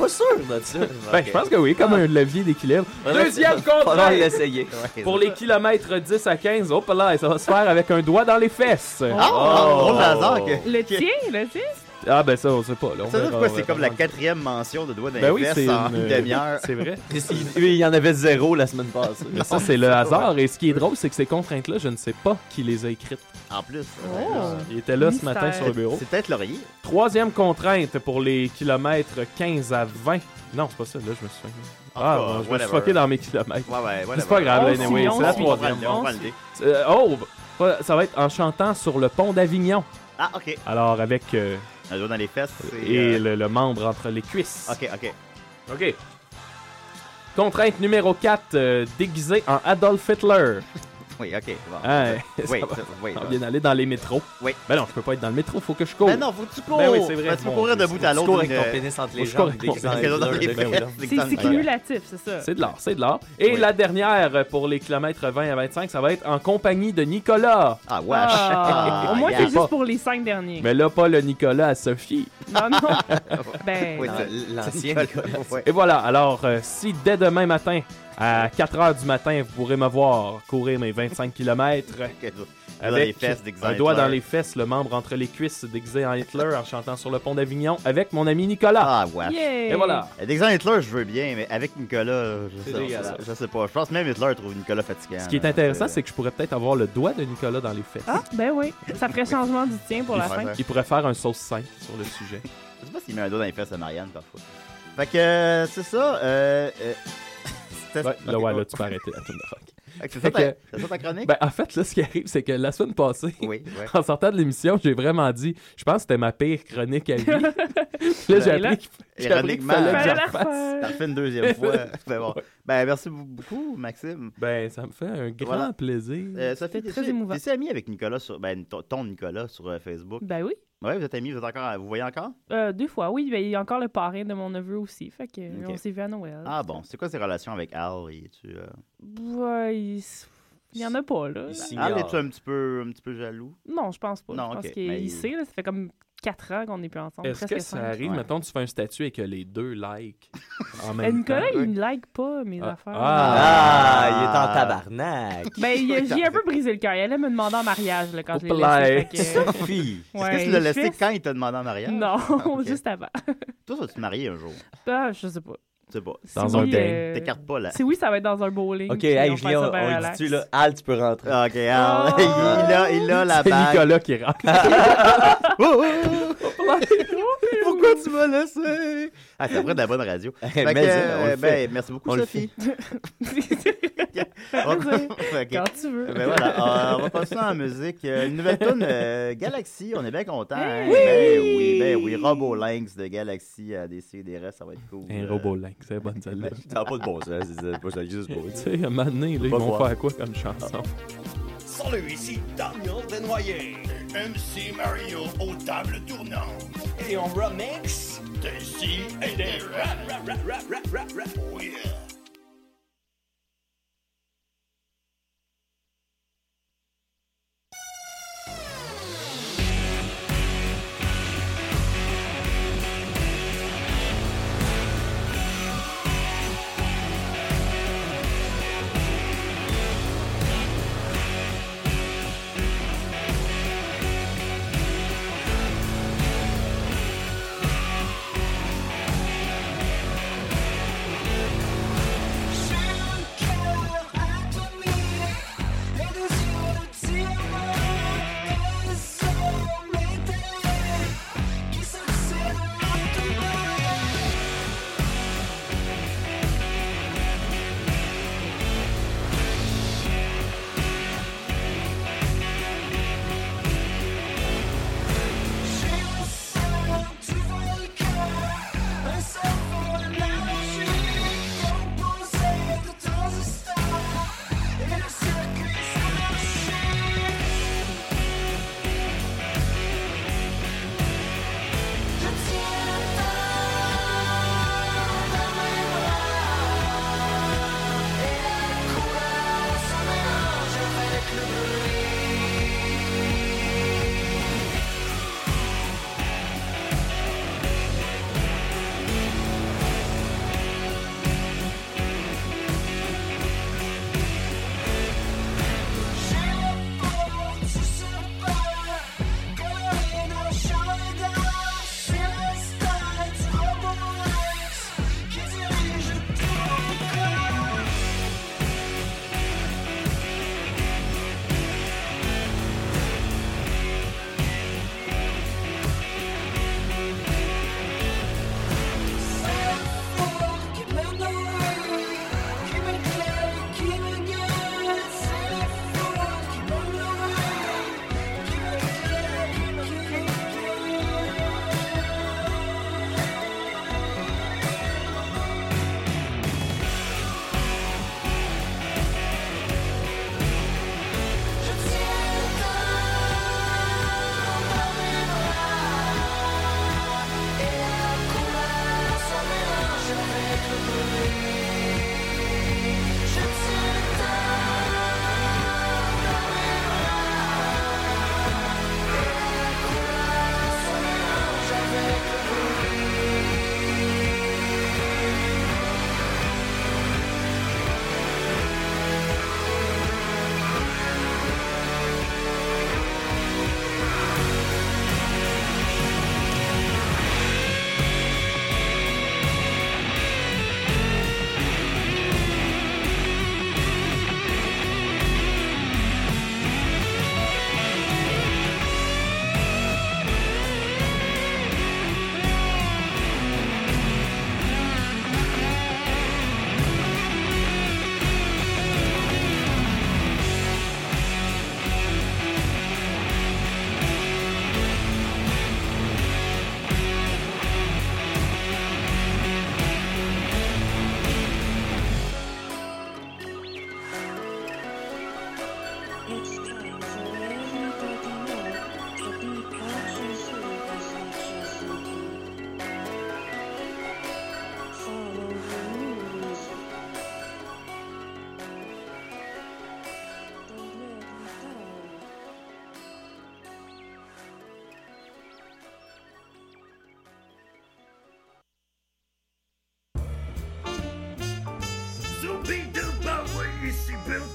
Pas sûr de ça. Ben, je pense que oui, comme un levier d'équilibre. Deuxième Faudra contrainte! l'essayer. Ok, Pour ça. les kilomètres 10 à 15, hop là, ça va se faire avec un doigt dans les fesses. Ah, Oh. drôle de hasard que. Le tien, le tien. Ah ben ça, on sait pas. Là, on Ça veut verra, dire quoi? on C'est verra. comme la quatrième mention de doigt d'un Ben oui, c'est en une- une demi-heure. [laughs] C'est vrai. Il il y en avait zéro la semaine passée. Mais ça, c'est le hasard. Et ce qui est drôle, c'est que ces contraintes-là, je ne sais pas qui les a écrites. En plus. Oh. Il était là ce Mystère. matin Euh, sur le bureau. C'est peut-être Laurier. Troisième contrainte pour les kilomètres 15 à 20. Non, c'est pas ça. Là, je me suis... Ah, Encore, bon, je me suis bah, whatever. fucké dans mes kilomètres. Ouais, ouais, voilà. C'est pas grave, On là, anyway, suit, on c'est la suit. troisième. On va le dire. Euh, oh, bah, ça va être en chantant sur le pont d'Avignon. Ah, ok. Alors, avec euh, Un doigt dans les fesses. c'est, et euh, le, le membre entre les cuisses. Ok, ok. OK. Contrainte numéro 4, déguisé en Adolf Hitler. Oui, ok. Bon. Hein, [laughs] ça [laughs] oui, va ça- oui. bien aller dans les métros. Oui. Ben non, je peux pas être dans le métro, faut que je cours. Ben non, faut que tu cours. Ben oui, c'est vrai, Ben, tu peux mon courir de Dieu, bout c'est- à tu l'autre. cours avec ton pénis entre les je jambes, corrige mon déguisé en pénis. C'est c'est cumulatif, c'est ça. C'est de l'art, c'est de l'art. Et Oui. la dernière euh, pour les kilomètres 20 à 25, ça va être en compagnie de Nicolas. Ah, wesh. Ah, au moins, yeah. c'est juste Pas- pour les cinq derniers. Mais là, pas le Nicolas à Sophie. Non, non. ben, [laughs] Oui, non. [laughs] c'est- L'ancien Nicolas, [laughs] ouais. Et voilà, alors euh, si dès demain matin, à 4h du matin, vous pourrez me voir courir mes 25 km Dans les fesses d'Exemple. un doigt dans les fesses, le membre entre les cuisses déguisé en Hitler en chantant sur le pont d'Avignon avec mon ami Nicolas. Ah, wesh. Yay. Et voilà. D'exemple, Euh, Hitler, je veux bien, mais avec Nicolas, je C'est sais, dégueulasse. je sais pas. Je pense même Hitler trouve Nicolas fatigant. Ce qui est là. intéressant, c'est que je pourrais peut-être avoir le doigt de Nicolas dans les fesses. Ah, ben oui. Ça ferait changement du tien pour la Ouais, fin. ouais. Il pourrait faire un sauce 5 sur le sujet. Je sais pas s'il met un doigt dans les fesses à Marianne parfois. Fait que euh, c'est ça. Euh, euh, [laughs] c'était- Ouais, là, ouais, là, tu peux arrêter la tune de rock. Fait que C'est ça, ta- Fait que- c'est ça ta chronique? Ben, en fait, là, ce qui arrive, c'est que la semaine passée, Oui, ouais. [laughs] en sortant de l'émission, j'ai vraiment dit, je pense que c'était ma pire chronique à vie. là, j'ai Et là- appris qu'il j'ai appris qu'il Ironiquement, fallait que Fallait j'en la fasse. t'as refaire. refait une [laughs] deuxième fois. [laughs] Ben, bon. ben merci beaucoup, Maxime. Ben, ça me fait un grand Voilà. plaisir. Euh, Sophie, C'était très t'es-tu émouvant. t'es-tu amie avec Nicolas sur ben ton, ton Nicolas sur euh, Facebook? Ben oui. Ouais, vous êtes amis, vous êtes encore vous voyez encore? Euh, deux fois, oui. Ben, il y a encore le parrain de mon neveu aussi. Fait que euh, Ok. on s'est vu à Noël. Ah bon, c'est quoi ses relations avec Al? Il euh, tu Ouais, il... s- il y en a pas, là. Il signale. Al est-tu un petit peu un petit peu jaloux? Non, je pense pas. Non, je pense ok, qu'il mais- il sait, là, ça fait comme quatre ans qu'on n'est plus ensemble. Est-ce presque que ça cinq. arrive, Ouais. mettons, tu fais un statut et que les deux likes en Euh, même Nicolas, temps? il ne like pas mes Ah. affaires. Ah, il est Ah. en tabarnak. Ben, il- j'ai un peu brisé le cœur. Il allait me demander en mariage là, quand je l'ai Oupla. laissé. fait que- Sophie! Est-ce que Ouais, tu l'as je laissé fais- quand il t'a demandé en [laughs] mariage? [laughs] Non, ok. juste avant. Toi, vas-tu te marier un jour? Ah, je sais pas. Tu sais pas. Si Dans un oui, bain. euh, T'écartes pas là. Si oui, ça va être dans un bowling. Ok, puis on hey, va faire Julien, ça on, bien on relax. dit-tu, là, Al, tu peux rentrer. [laughs] Ok, Al, Oh. [laughs] il, a, il a la C'est bague. Nicolas qui rentre. Oh, oh, oh. Pourquoi tu m'as laissé? [laughs] Ah, c'est après de la bonne radio. Fait que, Eh, Mais, euh, on le fait. ben, merci beaucoup, On le Sophie. plaisir. [laughs] Ok. [laughs] Quand tu veux. Ben voilà, euh, on va passer en musique. Euh, Une nouvelle tune euh, Galaxy, on est bien content. hein? Oui! Ben oui, ben oui, Robolinx de Galaxy à DC des restes, ça va être cool. Un Euh, robot link, c'est [laughs] bonne celle-là. Ben, Ça n'a pas de bon sens. c'est- c'est pas- C'est juste beau. Tu sais, à un moment donné, là, ils Pas vont voir. faire quoi comme chanson? Salut, ici Daniel Desnoyers, MC Mario aux tables tournantes. Et on remix des si et des Thank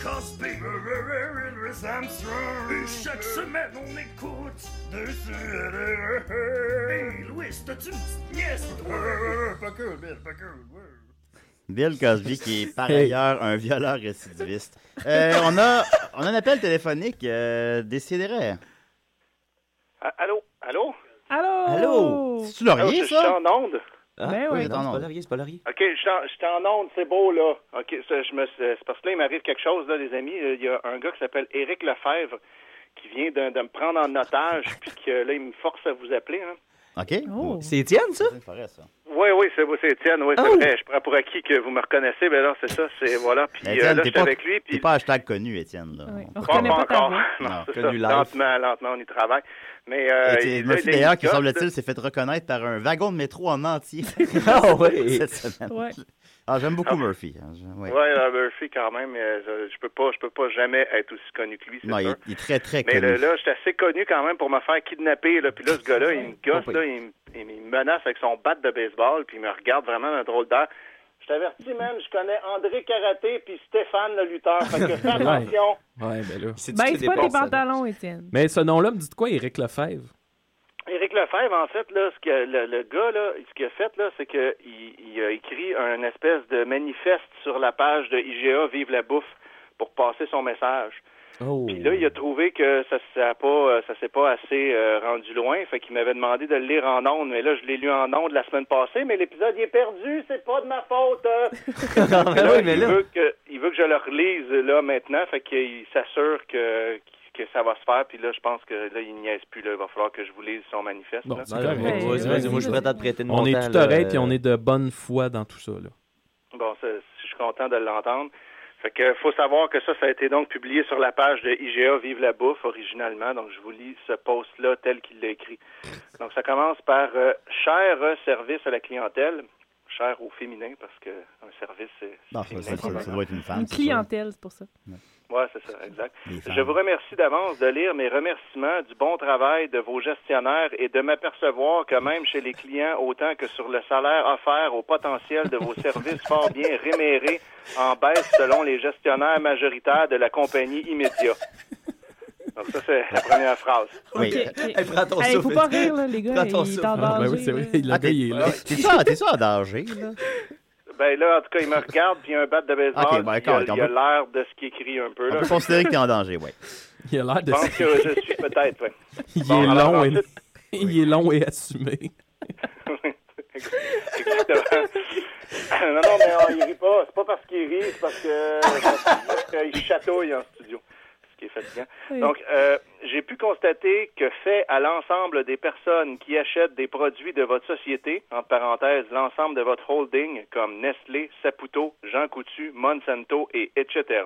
Cosby et Louis Armstrong. Et chaque semaine, on écoute deux sur [laughs] Hey, Louis, t'as-tu une petite nièce, toi? Pas cool, Bill, pas cool. ouais. Bill Cosby, qui est par ailleurs un violeur récidiviste. Euh, on, a, on a un appel téléphonique. Euh, Décidérez. Ah, Allô? Allô? Allô? Oh. Allô? C'est-tu Allô, Laurier, je suis ça? en onde. Ben oui. non, c'est non. pas Laurier, c'est pas Laurier. OK, je suis en- je suis en onde, c'est beau, là. OK, ça, je me, c'est parce que là, il m'arrive quelque chose, là, les amis. Euh, Il y a un gars qui s'appelle Éric Lefebvre qui vient de, de me prendre en otage, puis que là, il me force à vous appeler, hein. OK? Oh. C'est Étienne, ça? C'est une forêt, ça. Oui, oui, c'est c'est Étienne, oui, c'est Oh! vrai. Je prends pour acquis que vous me reconnaissez, mais là, c'est ça, c'est, voilà. Puis euh, Étienne, là, t'es j'étais pas, avec lui, t'es puis... pas hashtag connu, Étienne. Là. Oui. On On peut- Je reconnaît connais pas ta encore. voix. Non, Non, c'est ça. connu live. Lentement, lentement, on y travaille. Mais, euh, Et c'est- là, Murphy, il- d'ailleurs, qui il- semble-t-il, s'est fait reconnaître par un wagon de métro en entier [laughs] Ah oui! cette semaine. Ouais. Ah, j'aime beaucoup Ah. Murphy. hein, je- ouais. Ouais, là, Murphy quand même, euh, je, je peux pas, je peux pas jamais être aussi connu que lui, c'est non, il sûr. est, il est très, très Mais connu. là, là, j'étais assez connu quand même pour me faire kidnapper. Là. Puis là, ce gars-là, il me gosse, là, il, me- il me menace avec son bat de baseball, puis il me regarde vraiment d'un drôle d'air. Je t'avertis même, je connais André Karaté puis Stéphane le lutteur. Fait que fais attention. Ouais, ben là. C'est Ben, c'est pas tes pantalons, Étienne. Mais ce nom-là me dit de quoi, Éric Lefebvre? Éric Lefebvre, en fait, là, ce que le, le gars, là, ce qu'il a fait, là, c'est qu'il il a écrit un espèce de manifeste sur la page de IGA Vive la bouffe pour passer son message. Oh. Puis là, il a trouvé que ça ça a pas euh, ça s'est pas assez euh, rendu loin, fait qu'il m'avait demandé de le lire en ondes, mais là je l'ai lu en ondes la semaine passée, mais l'épisode il est perdu, c'est pas de ma faute. euh. Fait que là, Ah, ben mais il là- veut que il veut que je le relise là maintenant, fait qu'il s'assure que que ça va se faire, puis là je pense que là il niaise plus là, il va falloir que je vous lise son manifeste. Bon, là. c'est Ouais, correct. ouais, ouais, vas-y, moi, je suis vas-y. prêt à te prêter de mon On est temps, tout là. euh, oreille puis on est de bonne foi dans tout ça. Là. Bon, ça, je suis content de l'entendre. Fait que faut savoir que ça, ça a été donc publié sur la page de IGA Vive la bouffe originalement. Donc je vous lis ce post-là tel qu'il l'a écrit. Donc ça commence par euh, cher service à la clientèle, cher au féminin parce que un service c'est. Non, c'est ça, ça, féminin. ça- ça doit être une femme. Une c'est clientèle, c'est pour ça. Ouais, c'est ça, exact. sûr. Des Je femmes. vous remercie d'avance de lire mes remerciements du bon travail de vos gestionnaires et de m'apercevoir que même chez les clients, autant que sur le salaire offert au potentiel de vos services fort bien rémérés, en baisse selon les gestionnaires majoritaires de la compagnie immédiat. Donc ça, c'est la première phrase. Oui. Ah, Hey, prends ton Hey, faut souffle. pas rire, là, les gars. Prends ton Il est souffle. en Ah, danger. ben oui, c'est vrai. là. Il a Ah, t'es- payé, là. t'es ça, t'es ça en danger, là? Ben là, en tout cas, il me regarde, puis il y a un bat de baseball, Ok, ben, puis Ah, il y a- quand- quand il y a même. l'air de ce qu'il écrit un peu. On Là. peut considérer que t'es en danger, oui. Il a l'air Je de. pense que je suis peut-être, ouais. [laughs] Il Bon, est alors, long et. ensuite- Il est long et [laughs] assumé. Exactement. non, non, mais on, il rit pas. C'est pas parce qu'il rit, c'est parce que parce qu'il chatouille en studio. Ce qui est fatigant. Oui. Donc, euh, j'ai pu constater que fait à l'ensemble des personnes qui achètent des produits de votre société, en parenthèse, l'ensemble de votre holding, comme Nestlé, Saputo, Jean Coutu, Monsanto et etc.,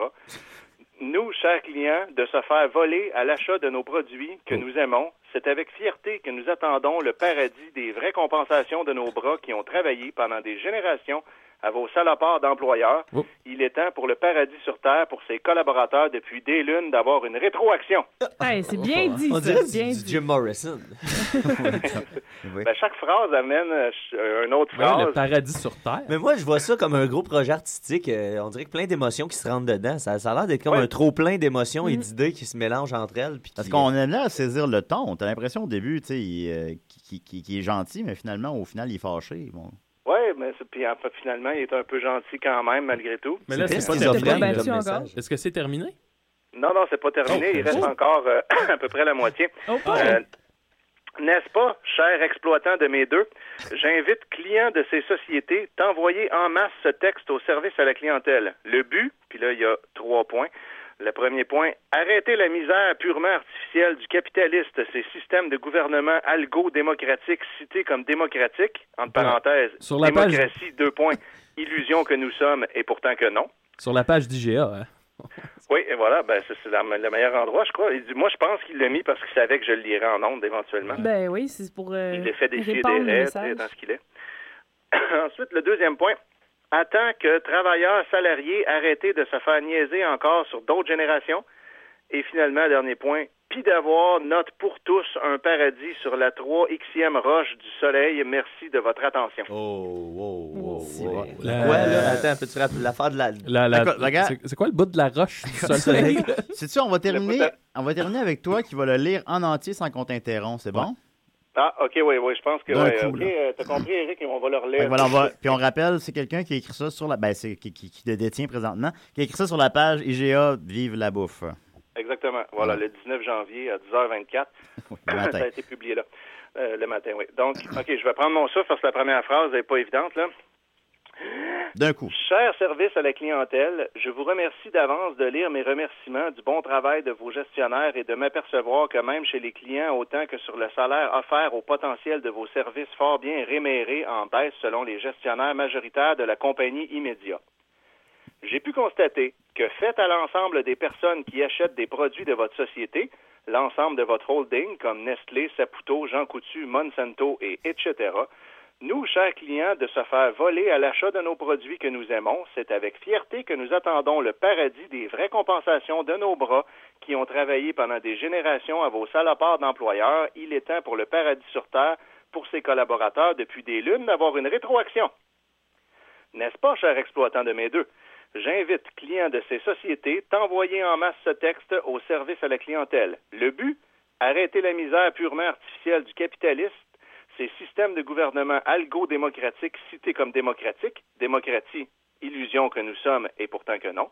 nous, chers clients, de se faire voler à l'achat de nos produits Oh. que nous aimons, c'est avec fierté que nous attendons le paradis des vraies compensations de nos bras qui ont travaillé pendant des générations à vos salopards d'employeurs. Oh. Il est temps pour le paradis sur Terre, pour ses collaborateurs depuis des lunes, d'avoir une rétroaction. Hey, c'est bien dit, On ça. dirait Bien du, du dit. Jim Morrison. Oui. Ben, chaque phrase amène euh, ch- euh, une autre Vraiment, phrase. le paradis sur terre. Mais moi, je vois ça comme un gros projet artistique. Euh, on dirait que plein d'émotions qui se rentrent dedans. Ça, ça a l'air d'être comme Ouais. un trop-plein d'émotions Mm. et d'idées qui se mélangent entre elles. puis Parce qui- qu'on est là à saisir le ton. T'as l'impression au début, tu sais, il, euh, qu'il qu'il- qu'il est gentil, mais finalement, au final, il est fâché. Bon. Ouais, mais c'est- puis en fait, finalement, il est un peu gentil quand même, malgré tout. Mais là, c'est presque pas qu'ils ont terminé. pas schizophrène battu comme encore. message. Est-ce que c'est terminé? Non, non, c'est pas terminé. Il reste Oh. encore euh, [clears throat] à peu près la moitié. Oh, Euh, pas. N'est-ce pas, cher exploitant de mes deux, j'invite clients de ces sociétés d'envoyer en masse ce texte au service à la clientèle. Le but, puis là, il y a trois points. Le premier point, arrêter la misère purement artificielle du capitaliste, ces systèmes de gouvernement algo-démocratiques cités comme démocratiques, entre parenthèses, Ben, Sur la page- démocratie, deux points, illusion que nous sommes et pourtant que non. Sur la page d'IGA. hein. Oui, et voilà, ben, c'est c'est la- le meilleur endroit, je crois. Il dit, moi, je pense qu'il l'a mis parce qu'il savait que je le lirais en ondes éventuellement. Ben oui, c'est pour euh, Il l'ai fait défier des répandre le raies, tu sais, message. dans ce qu'il est. [coughs] Ensuite, le deuxième point. Attends que travailleurs salariés arrêtés de se faire niaiser encore sur d'autres générations. Et finalement, dernier point, puis d'avoir, note pour tous, un paradis sur la 3xème roche du soleil. Merci de votre attention. Oh, wow, C'est wow. vrai. La- Ouais, là, attends, peux-tu rappeler l'affaire de la. La- la- D'accord, regarde. c'est- C'est quoi le bout de [laughs] la roche du soleil? Sais-tu, on va terminer, on va terminer avec toi qui va le lire en entier sans qu'on t'interrompe, c'est bon? Ah, OK, oui, oui, je pense que... D'un ouais, coup, OK, là. euh, t'as compris, Eric, et on va le Fait que relire. voilà, on va- puis on rappelle, c'est quelqu'un qui a écrit ça sur la. Ben, c'est qui, qui, qui le détient présentement, qui a écrit ça sur la page IGA Vive la bouffe. Exactement. Voilà, le 19 janvier à 10h24. Oui, le Ça matin. a été publié là, Euh, le matin, oui. Donc, OK, je vais prendre mon souffle parce que la première phrase n'est pas évidente, là. D'un coup. Cher service à la clientèle, je vous remercie d'avance de lire mes remerciements du bon travail de vos gestionnaires et de m'apercevoir que même chez les clients, autant que sur le salaire offert au potentiel de vos services fort bien rémérés en baisse selon les gestionnaires majoritaires de la compagnie immédiat. J'ai pu constater que fait à l'ensemble des personnes qui achètent des produits de votre société, l'ensemble de votre holding comme Nestlé, Saputo, Jean Coutu, Monsanto et etc., nous, chers clients, de se faire voler à l'achat de nos produits que nous aimons, c'est avec fierté que nous attendons le paradis des vraies compensations de nos bras qui ont travaillé pendant des générations à vos salopards d'employeurs. Il est temps pour le paradis sur Terre, pour ses collaborateurs depuis des lunes, d'avoir une rétroaction. N'est-ce [laughs] pas, cher exploitant de mes deux? J'invite clients de ces sociétés d'envoyer en masse ce texte au service à la clientèle. Le but? Arrêter la misère purement artificielle du capitaliste ces systèmes de gouvernement algo-démocratiques cités comme démocratiques, démocratie, illusion que nous sommes et pourtant que non,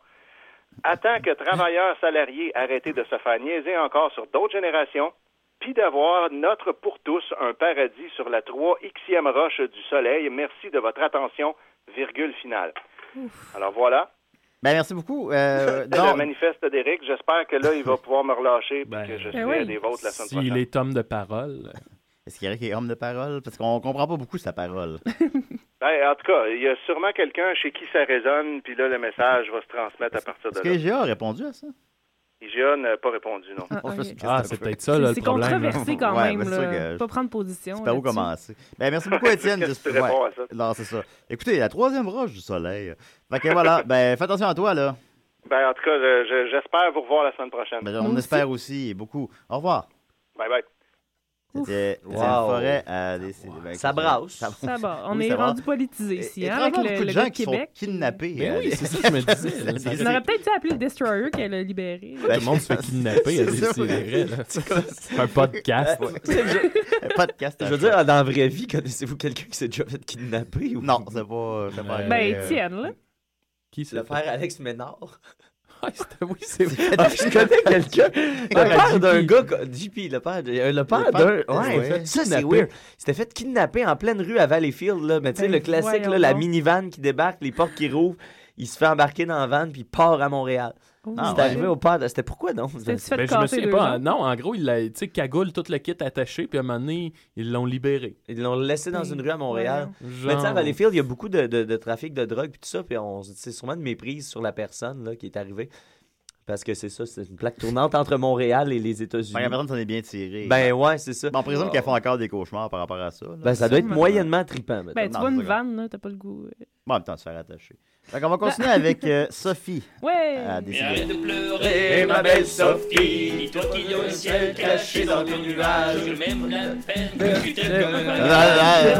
attend que travailleurs salariés arrêtés de se faire niaiser encore sur d'autres générations, puis d'avoir notre pour tous un paradis sur la 3xème roche du soleil. Merci de votre attention, virgule finale. Alors voilà, Ben, merci beaucoup. c'est Euh, le donc, manifeste d'Éric. J'espère que là, il va pouvoir me relâcher Ben, parce que je Ben serai oui. à des votes la semaine prochaine. S'il est homme de parole. est-ce qu'il y a qui est homme de parole? Parce qu'on comprend pas beaucoup sa parole. Ben, en tout cas, il y a sûrement quelqu'un chez qui ça résonne, puis là, le message va se transmettre à partir de Est-ce que là. IGA a répondu à ça? IGA n'a pas répondu, non. Ah, On fait ok. ce que Ah, ça c'est peut. peut-être ça là, C'est le problème. hein. là. controversé quand Ouais, même. ben, c'est sûr là. que- Pas prendre position. C'est par où là-dessus. commencer? Ben, merci [laughs] beaucoup, Étienne. Qu'est-ce Juste- que tu ouais. réponds à ça? Non, c'est ça. Écoutez, la troisième roche du soleil. Fait que [laughs] voilà, ben, fais attention à toi, là. Ben, en tout cas, je- je- j'espère vous revoir la semaine prochaine. Ben, on Nous aussi. espère aussi beaucoup. Au revoir. Bye bye. Ouf. C'était Étienne Wow. Forêt à des- ben, Ça brasse. Ça Ça va. On Oui, est ça va. rendu politisé ici, Et- hein, étrangement, avec le, beaucoup de le gens gars de qui Québec. sont kidnappés. Ben euh, oui, c'est ça que je me disais. La- Ça- la- On aurait peut-être dû appeler le Destroyer qu'elle a libéré. Tout le monde se fait kidnapper à [laughs] C'est ça, ouais. décider. là. C'est un podcast. podcast. à Je veux choix. dire, euh, dans la vraie vie, connaissez-vous quelqu'un qui s'est déjà fait kidnapper ou Non, c'est pas. c'est pas Euh, Ben, arrivé, euh, [laughs] Étienne, là. Qui c'est Le père Alex Ménard. Ah, c'était- Oui, c'est vrai. Ah, [laughs] je [laughs] connais quelqu'un. Père Le à père d'un JP. gars. co- JP, le père, de- euh, le père Le père- d'un. Ouais, Ouais. ça c'est Kidnapper. weird. C'était fait kidnapper en pleine rue à Valleyfield, là. Mais tu sais, Ben, le classique, voyons là, la donc. minivan qui débarque, les portes qui rouvrent. Il se fait embarquer dans la van puis il part à Montréal. Ah, c'est ouais. arrivé au père. de- C'était pourquoi non? T'es-tu fait Ben, je me casser souviens deux pas. jambes? hein. Non, en gros, il l'a, tu sais, cagoule tout le kit attaché, puis à un moment donné, ils l'ont libéré. Ils l'ont laissé dans Ben, une rue à Montréal. voyons. Mais tu sais, à Genre- Valleyfield, il y a beaucoup de, de- de trafic de drogue puis tout ça, puis on se- c'est sûrement de méprise sur la personne là, qui est arrivée. Parce que c'est ça, c'est une plaque tournante entre Montréal et les États-Unis. Fait que la personne s'en est bien tirée. Ben ouais, c'est ça. Ben, on présume qu'elle fait encore des cauchemars par rapport à ça. là. Ben ça doit être Sûrement. moyennement trippant. mettons. Ben, tu Non, vois c'est une vrai. vanne, là, t'as pas le goût. Bon, en même temps, se faire attacher. Fait qu'on va continuer avec euh, Sophie Ouais! à décider. de pleurer, ma belle Sophie, toi qui as le ciel caché dans ton nuage, je m'aime la peine que tu t'aimes comme [laughs] un Ah, ah, ah.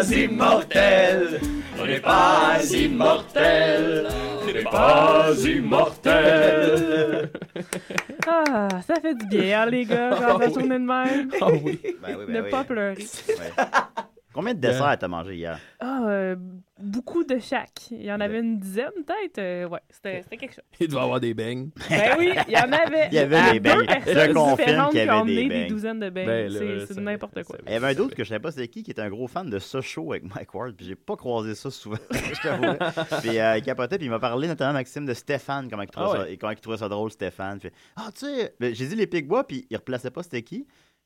pas immortel, on n'est pas immortel, on n'est pas immortel. Ah, ça fait du bien, hein, les gars, genre, la journée de même. Ah oui. Ben oui, ben Ne oui. [laughs] pas pleurer. Ouais. Combien de desserts t'as mangé hier? Ah, euh, beaucoup de chaque. Il y en avait une dizaine, peut-être. euh, ouais, c'était [laughs] c'était quelque chose. Il devait avoir des beignes. Ben oui, il y en avait. Il y avait À des deux beignes. personnes Je confirme différentes qu'il y qui avait ont emmené des des beignes. douzanes de beignes. Ben, là, C'est- ça- c'est n'importe quoi. ça- Il y avait Eh ben, un d'autre que je savais pas c'était qui, qui était un gros fan de ce show avec Mike Ward, puis j'ai pas croisé ça souvent, [laughs] je t'avouerais. Puis euh, il capotait, puis il m'a parlé notamment, Maxime, de Stéphane, comment il trouvait, Ah ça, et comment il trouvait ça drôle, Stéphane. Puis, ah, tu sais, ben, j'ai dit les Pigbois, puis il replaçait pas c'était qui.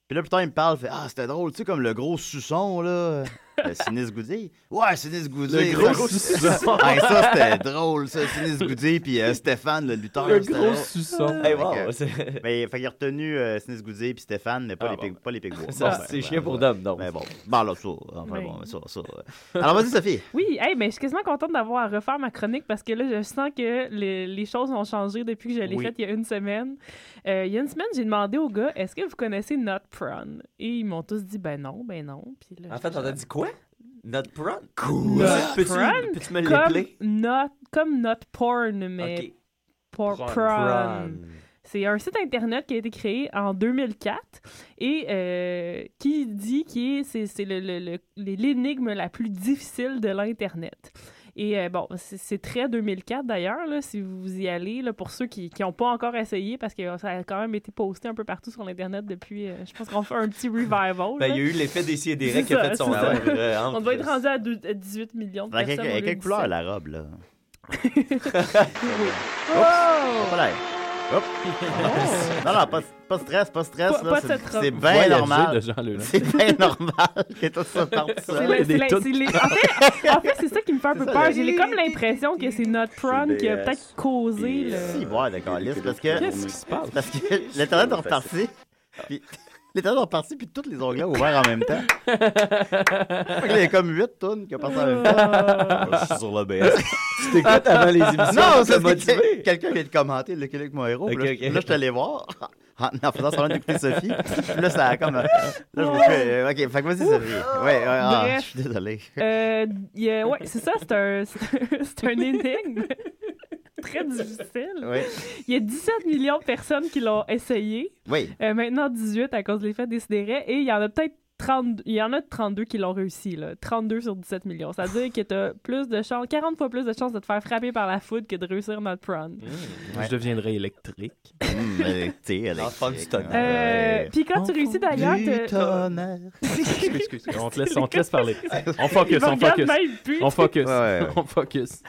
Puis là, plus tard, il me parle, fait, ah, c'était drôle, tu sais, comme le gros suçon, là. Euh, Sinise Goody. Ouais, Sinise Goody. Le gros suçon. suçon. hey, ça, c'était drôle, ça. Sinise Goody, puis euh, Stéphane, le lutteur. Le c'était gros [laughs] drôle. suçon. Fait Hey, wow, que- [laughs] c'est- mais fait qu'il a retenu euh, Sinise Goody puis Stéphane, mais pas les pig- pas les [laughs] Pigbois. Ça, Bon, ben, c'est ben, chien pour ben, d'homme, donc. Mais bon, ben là, ça. Enfin, Oui. bon, ça, ça. euh. Alors, vas-y, Sophie. [laughs] Oui, hey, ben, je suis quasiment contente d'avoir à refaire ma chronique parce que là, je sens que les, les choses ont changé depuis que je l'ai Oui. faite il y a une semaine. Euh, il y a une semaine, j'ai demandé aux gars est-ce que vous connaissez Not Prawn Et ils m'ont tous dit ben non, ben non. Puis là, En fait, on a dit quoi? Notre prawn? Not Notre Peux-tu prawn, peux-tu me comme l'appeler? not, comme not porn, mais Ok. por- Prawn. prawn. Prawn. C'est un site internet qui a été créé en 2004 et euh, qui dit que c'est c'est le- le- le- le- l'énigme la plus difficile de l'internet. Et euh, bon, c'est c'est très 2004 d'ailleurs, là, si vous y allez, là, pour ceux qui n'ont pas encore essayé, parce que euh, ça a quand même été posté un peu partout sur l'Internet depuis, euh, je pense qu'on fait un petit revival. Ben, il y a là. eu l'effet des sidérés C'est qui a ça, fait son c'est ça. œuvre. euh, en On doit plus. être rendu à, deux- à 18 millions de Dans personnes. quelle, au lieu quelle de couleur 17. la robe, là? [laughs] Oui. Oh! Oups, pas l'air. Hop. Non, non, pas, pas stress, pas stress. Pas- là, pas c'est- cette robe. C'est Voyagez bien normal. de Jean Leloup. C'est bien [laughs] normal que tout ça parte C'est la- c'est la- c'est les- En fait, en fait, c'est ça qui me fait un peu ça, peur. le- J'ai comme l'impression que c'est notre prawn qui a dégueulasse. peut-être causé le. Si, ouais, d'accord, liste, parce que. euh, Qu'est-ce qui se passe? Parce que l'Internet est reparti. Puis. L'Internet est reparti, puis tous les onglets ouverts en même temps. Fait que là, il y a comme 8 tonnes qui ont parti en même [laughs] Euh, temps. Je suis sur l'OBS. Tu t'écoutes avant les émissions Non, pour te c'est parce que motiver. Quelqu'un vient de commenter le Québec, mon héros. puis Ok, là, ok. là, je suis allé voir en, en faisant semblant d'écouter Sophie. Puis là, ça a comme. Là, je me suis fait, euh, Ok, fait que vas-y, Sophie. Ouais, ouais, ah, Bref. je suis désolé. Euh, il y a- ouais, c'est ça, c'est un, [laughs] c'est un- c'est un énigme [laughs] très difficile. Ouais. Il y a 17 millions de personnes qui l'ont essayé. Oui. Euh, maintenant 18 à cause de l'effet décidéré. Et il y en a peut-être 30 il y en a 32 qui l'ont réussi. Là. 32 sur 17 millions. Ça veut dire que t'as plus de chance, 40 fois plus de chances de te faire frapper par la foudre que de réussir notre prawn. Je [laughs] deviendrai électrique. hum, électrique, électrique. Euh, Puis quand tu réussis d'ailleurs, du t'as- excuse, excuse, on te laisse, on te laisse parler. On focus, Il me on focus. regarde même plus. On focus. Ouais, ouais. On focus.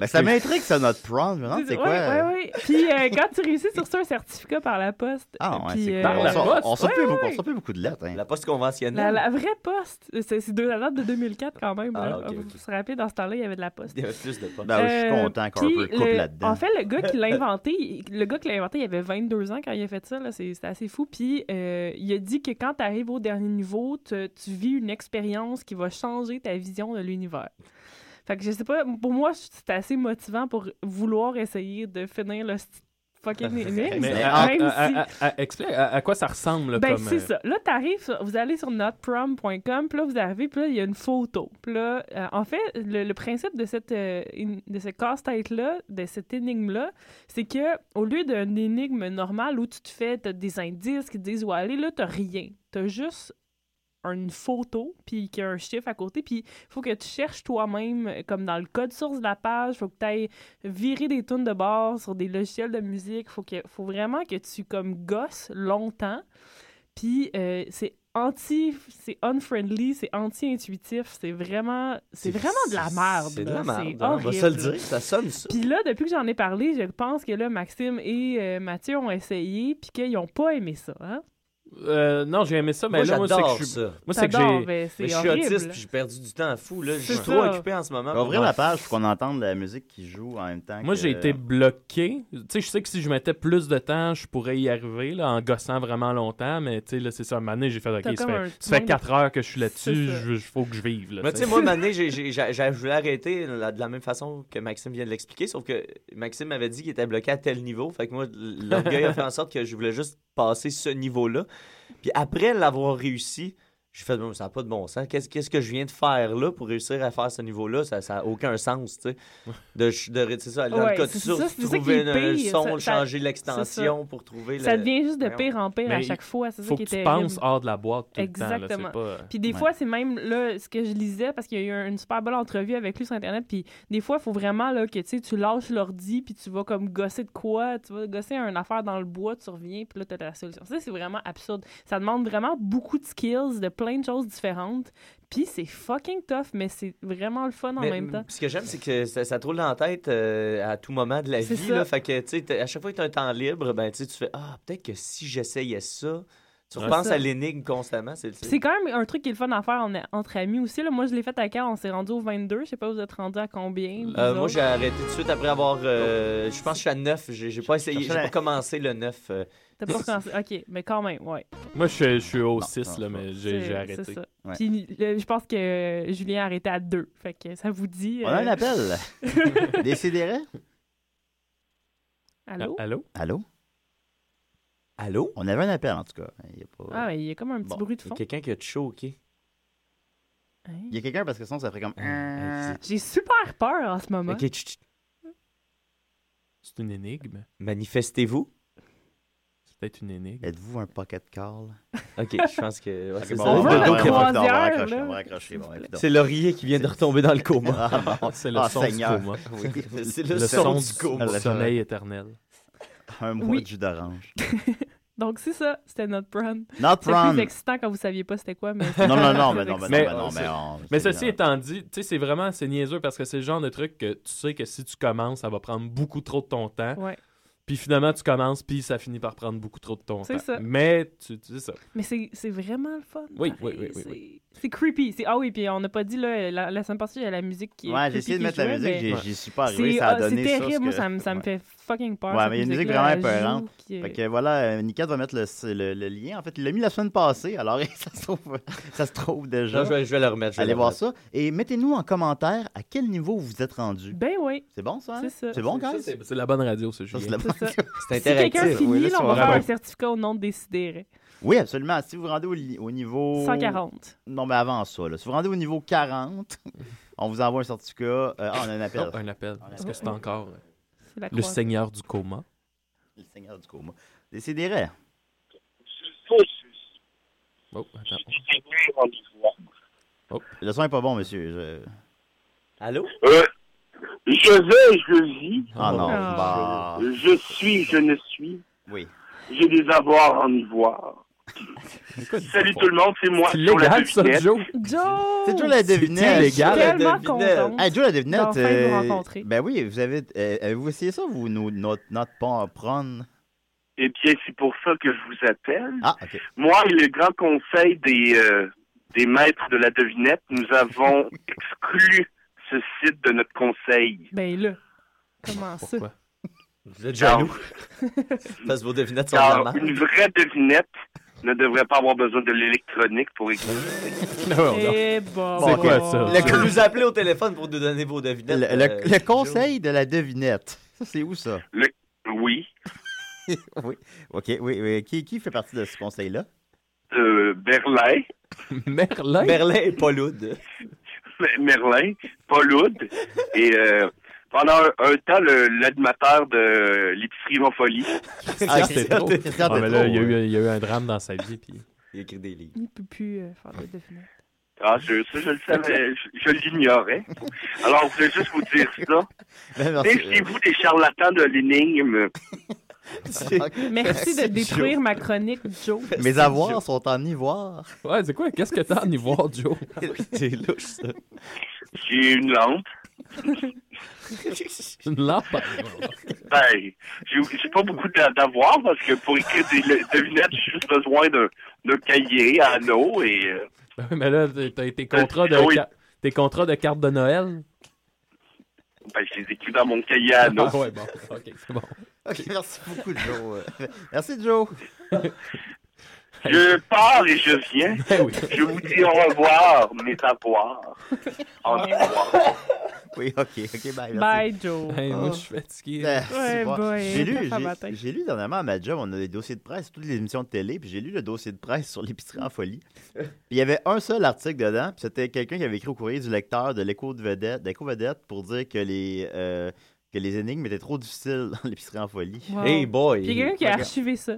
Ben, ça m'intrigue, ça, notre prawn. Je me demande, c'est quoi? Ouais, ouais, ouais. Puis euh, quand tu réussis, tu reçois un certificat par la poste. Ah, ouais, Puis, c'est euh, cool. On sort- On sort Ouais, plus ouais, beaucoup- on ouais. sort plus beaucoup de lettres. hein. La poste conventionnelle. La, la vraie poste, c'est c'est de la date de 2004 quand même. Ah, là. ok, Vous vous rappelez, dans ce temps-là, il y avait de la poste. Il y avait plus de potes. Ben, je suis Euh, content qu'on puis peut coupe le- là-dedans. En fait, le gars qui l'a [laughs] inventé, il- le gars qui l'a inventé, il avait 22 ans quand il a fait ça. là. C'est c'est assez fou. Puis euh, il a dit que quand tu arrives au dernier niveau, te- tu vis une expérience qui va changer ta vision de l'univers. Fait que je sais pas, pour moi, c'est assez motivant pour vouloir essayer de finir le sti- Euh, [laughs] fucking énigme. Mais à- même à- si- à- à- explique à, à quoi ça ressemble ben, comme. c'est euh, ça. Là, t'arrives, sur- vous allez sur notprom.com, puis là, vous arrivez, puis là, il y a une photo. Puis là, euh, en fait, le, le principe de, cette, euh, in- de ce casse-tête-là, de cette énigme-là, c'est que au lieu d'une énigme normale où tu te fais, t'as des indices qui te disent où aller, là, t'as rien. T'as juste une photo, puis qu'il y a un chiffre à côté, puis faut que tu cherches toi-même, euh, comme dans le code source de la page, faut que tu ailles virer des tunes de bord sur des logiciels de musique, faut, que, faut vraiment que tu comme gosses longtemps, puis euh, c'est anti, c'est unfriendly, c'est anti-intuitif, c'est vraiment, c'est C'est- vraiment de la merde. C'est de là. la merde. C'est hein, On va se le horrible. dire, ça sonne ça. Puis là, depuis que j'en ai parlé, je pense que là, Maxime et euh, Mathieu ont essayé, puis qu'ils n'ont pas aimé ça. Hein? euh, non, j'ai aimé ça, mais Moi, là, moi, c'est j'adore que je suis. ça. Moi, c'est que T'adores, j'ai. ben, c'est Mais je suis horrible. autiste puis j'ai perdu du temps à fou. Là. Je C'est suis trop ça. occupé en ce moment. On va ouvrir pour- la page pour qu'on entende la musique qui joue en même temps. Moi, que- j'ai été bloqué. Tu sais, je sais que si je mettais plus de temps, je pourrais y arriver là, en gossant vraiment longtemps, mais tu sais, là, c'est ça. Un moment donné, j'ai fait, OK, T'as ça comme un fait, ça fait manque- 4 heures que je suis là-dessus, C'est ça. il faut que je vive. Là, Mais tu sais, moi, Mané, j'ai, j'ai, j'ai- j'ai- je voulais arrêter là, de la même façon que Maxime vient de l'expliquer, sauf que Maxime m'avait dit qu'il était bloqué à tel niveau. Fait que moi, l'orgueil a fait en sorte que je voulais juste passer ce niveau-là. Puis après l'avoir réussi, j'ai fait, Bon, ça n'a pas de bon sens. Qu'est-ce, qu'est-ce que je viens de faire là pour réussir à faire ce niveau-là? Ça n'a aucun sens, tu sais. De, ch- de, tu sais ça, dans Ouais, le code c'est source, ça, c'est ça qui trouver est un- un pire. son, Ça- ça- changer l'extension c'est ça. pour trouver Ça le- devient juste de Voyons. pire en pire à Mais chaque fois. C'est ça faut qui que est tu terrible. penses hors de la boîte tout le temps. Exactement. là, c'est pas- Puis des Ouais. fois, c'est même là ce que je lisais parce qu'il y a eu une super bonne entrevue avec lui sur internet. Puis des fois, il faut vraiment là que tu sais, tu lâches l'ordi puis tu vas comme gosser de quoi, tu vas gosser une affaire dans le bois, tu reviens puis là t'as la solution. Ça c'est vraiment absurde. Ça demande vraiment beaucoup de skills, de plein de choses différentes. Puis c'est fucking tough, mais c'est vraiment le fun en Mais, même temps. Ce que j'aime, c'est que ça, ça te roule dans la tête euh, à tout moment de la C'est vie. ça. Là, fait que, tu sais, t'as- à chaque fois que tu as un temps libre, ben, tu sais, tu fais Ah, peut-être que si j'essayais ça, Tu Ouais. repenses C'est ça. à l'énigme constamment, c'est le Puis C'est quand même un truc qui est le fun à faire en- entre amis aussi. Là. Moi, je l'ai fait à quand on s'est rendu au 22. Je sais pas, vous êtes rendu à combien? vous Euh, moi, autres? j'ai arrêté tout de suite après avoir. euh, je pense que je suis à 9. J'ai j'ai pas essayé. J'ai Cherchais la- pas commencé le 9. euh. T'as pas commencé. Ok, mais quand même, ouais. Moi, je, je suis au Non, 6, là, mais j'ai C'est- j'ai arrêté. C'est ça. Puis là, je pense que euh, Julien a arrêté à 2. Fait que ça vous dit. On a euh, un appel. Décidérez. Allô? Ah, Allô? Allô? Allô? On avait un appel, en tout cas. Il y a pas... Ah, mais il y a comme un petit Bon, bruit de fond. Quelqu'un qui a choqué. Il y a quelqu'un parce que sinon, ça ferait comme... euh, J'ai super peur en ce moment. Ok, tch, tch. C'est une énigme. Manifestez-vous. C'est peut-être une énigme. Êtes-vous un pocket call? Ok, je pense que. ouais, Ok, c'est bon, ça. on va- Le on dos va- qui a- on va- on va croisière, raccrocher, là. on va raccrocher, bon, évidemment. [laughs] C'est Laurier qui vient de retomber dans le [laughs] coma. Ah, bon. C'est le Ah, son Seigneur. du coma. Oui, C'est le son du coma. Le sommeil éternel. Un mois Oui. de jus d'orange. Donc, c'est ça. C'était notre prom. Not C'était prom. plus excitant quand vous saviez pas c'était quoi. Mais Non, non, non, mais non, mais non, Mais- mais non, mais on- Mais c'est- ceci étant dit, tu sais, c'est vraiment c'est niaiseux parce que c'est le genre de truc que tu sais que si tu commences, ça va prendre beaucoup trop de ton temps. Ouais. Puis finalement, tu commences, puis ça finit par prendre beaucoup trop de ton temps. C'est ça. Mais tu, tu sais ça. Mais c'est c'est vraiment le fun. Oui, oui, pareil. oui, oui, C'est- oui. C'est creepy. C'est- Ah oui, puis on n'a pas dit, là, la, la semaine passée, il y a la musique qui. Ouais, j'ai creepy essayé de qui mettre la jouait, musique, mais j'ai- j'y suis pas c'est- arrivé, ça a ah, donné C'est ça. terrible, ce moi, que- ça me, ça me fait fucking peur. Ouais, cette mais il y a une musique musique-là, vraiment elle joue, épeurante. qui est- Fait que voilà, euh, Nicole va mettre le, c'est le- le lien. En fait, il l'a mis la semaine passée, alors [laughs] ça se trouve, ça se trouve déjà. Non, je, vais, je vais le remettre. je vais Allez le voir remettre. ça. Et mettez-nous en commentaire à quel niveau vous êtes rendu. Ben oui, C'est bon, ça? hein? c'est ça. C'est bon, Ça, guys? C'est c'est la bonne radio, ce Ça, jeu. c'est la C'est ça. C'est Si quelqu'un interactif. finit, oui, là, là, c'est on va faire vraiment- un certificat au nom de décidéré. [laughs] Oui, absolument. Si vous vous rendez au, li- au niveau... 140. Non, mais avant ça, là. si vous vous rendez au niveau 40, [laughs] on vous envoie un certificat. Euh, ah, on a un appel. Oh, un appel. Est-ce que c'est encore euh, C'est la le croix. seigneur du coma? Le Seigneur du coma. Décidérez. Oh, attends. Le son est pas bon, monsieur. Je- Allô? Euh, je vais, je vis, Oh, Ah non, Ah. bah, je suis, je ne suis, Oui. j'ai des avoirs en [laughs] ivoire. Salut tout le monde, c'est moi C'est sur la légal, ça, devinette. Joe? Joe! C'est toujours la devinette. Je suis Légal, la tellement devinette. contente. Hey, Joe, la devinette. D'enfin vous euh, rencontrer. Ben oui, vous avez. euh, Avez-vous essayé ça, vous, nous- notre, notre pon- prône? Eh bien, c'est pour ça que je vous appelle. Ah, OK. Moi et le grand conseil des, euh, des maîtres de la devinette, nous avons exclu ce site de notre conseil. Ben là, comment ça? Pourquoi? Vous êtes Car, Ah, jaloux. Parce que vos devinettes hein. sont car vraiment. une vraie devinette ne devrait pas avoir besoin de l'électronique pour exister. Non, non. Eh bah, C'est bah, quoi bah. ça? Le coup, vous appelez au téléphone pour nous donner vos Le, devinettes. euh, le- le Joe. conseil de la devinette. Ça, c'est où, ça? Oui. oui. OK, oui, oui. Qui, qui fait partie de [laughs] ce conseil-là? Euh, Berlin, Merlin? Berlin et Pauloud. Mer- [laughs] Merlin, Paul Hood, et euh, pendant un, un temps, le- l'animateur de l'épicerie en folie. Ah, c'est Christian trop. Christian Ah, mais là, Tétrault, il y, a eu, ouais. il y a eu un drame dans sa vie. Puis... Il écrit des livres. Il peut plus euh, faire de [laughs] devinette. Ah, je, ça, je le savais, je, je l'ignorais. Alors, je voulais juste vous dire ça. [laughs] Ben, merci. Méfiez-vous des charlatans de l'énigme. Merci de détruire ma chronique, [laughs] Joe. [laughs] Mes avoirs sont [laughs] en ivoire. Ouais, c'est quoi? Qu'est-ce que t'as en ivoire, Joe? C'est louche, ça. J'ai une lampe. Une lampe? [laughs] Ben, j'ai j'ai pas beaucoup d'a- d'avoir parce que pour écrire des le- devinettes, j'ai juste besoin d'un d'un cahier à anneau et euh, Ben oui, mais là, t'as- t'as tes contrats de, Oui. ca- tes contrats de cartes de Noël. ben, je les écris dans mon cahier à anneau. Ah ouais, bon, ok, c'est bon. [laughs] OK, merci beaucoup, Joe. [laughs] merci, Joe. Je pars et je viens. Ben oui. Je vous dis au revoir, mes avoirs. En ivoire. Oui, OK. OK, bye. Merci. Bye, Joe. Hey, Moi, Oh. je suis fatigué. Euh, c'est bon. boy, j'ai lu, t'as fait matin. j'ai- j'ai lu dernièrement à ma job, on a des dossiers de presse, toutes les émissions de télé, puis j'ai lu le dossier de presse sur l'épicerie en folie. Puis il y avait un seul article dedans, puis c'était quelqu'un qui avait écrit au courrier du lecteur de l'écho de vedette, d'écho vedette pour dire que les euh, que les énigmes étaient trop difficiles dans l'épicerie en folie. Hey Wow. Puis il y boy! a quelqu'un qui a Regarde. archivé ça.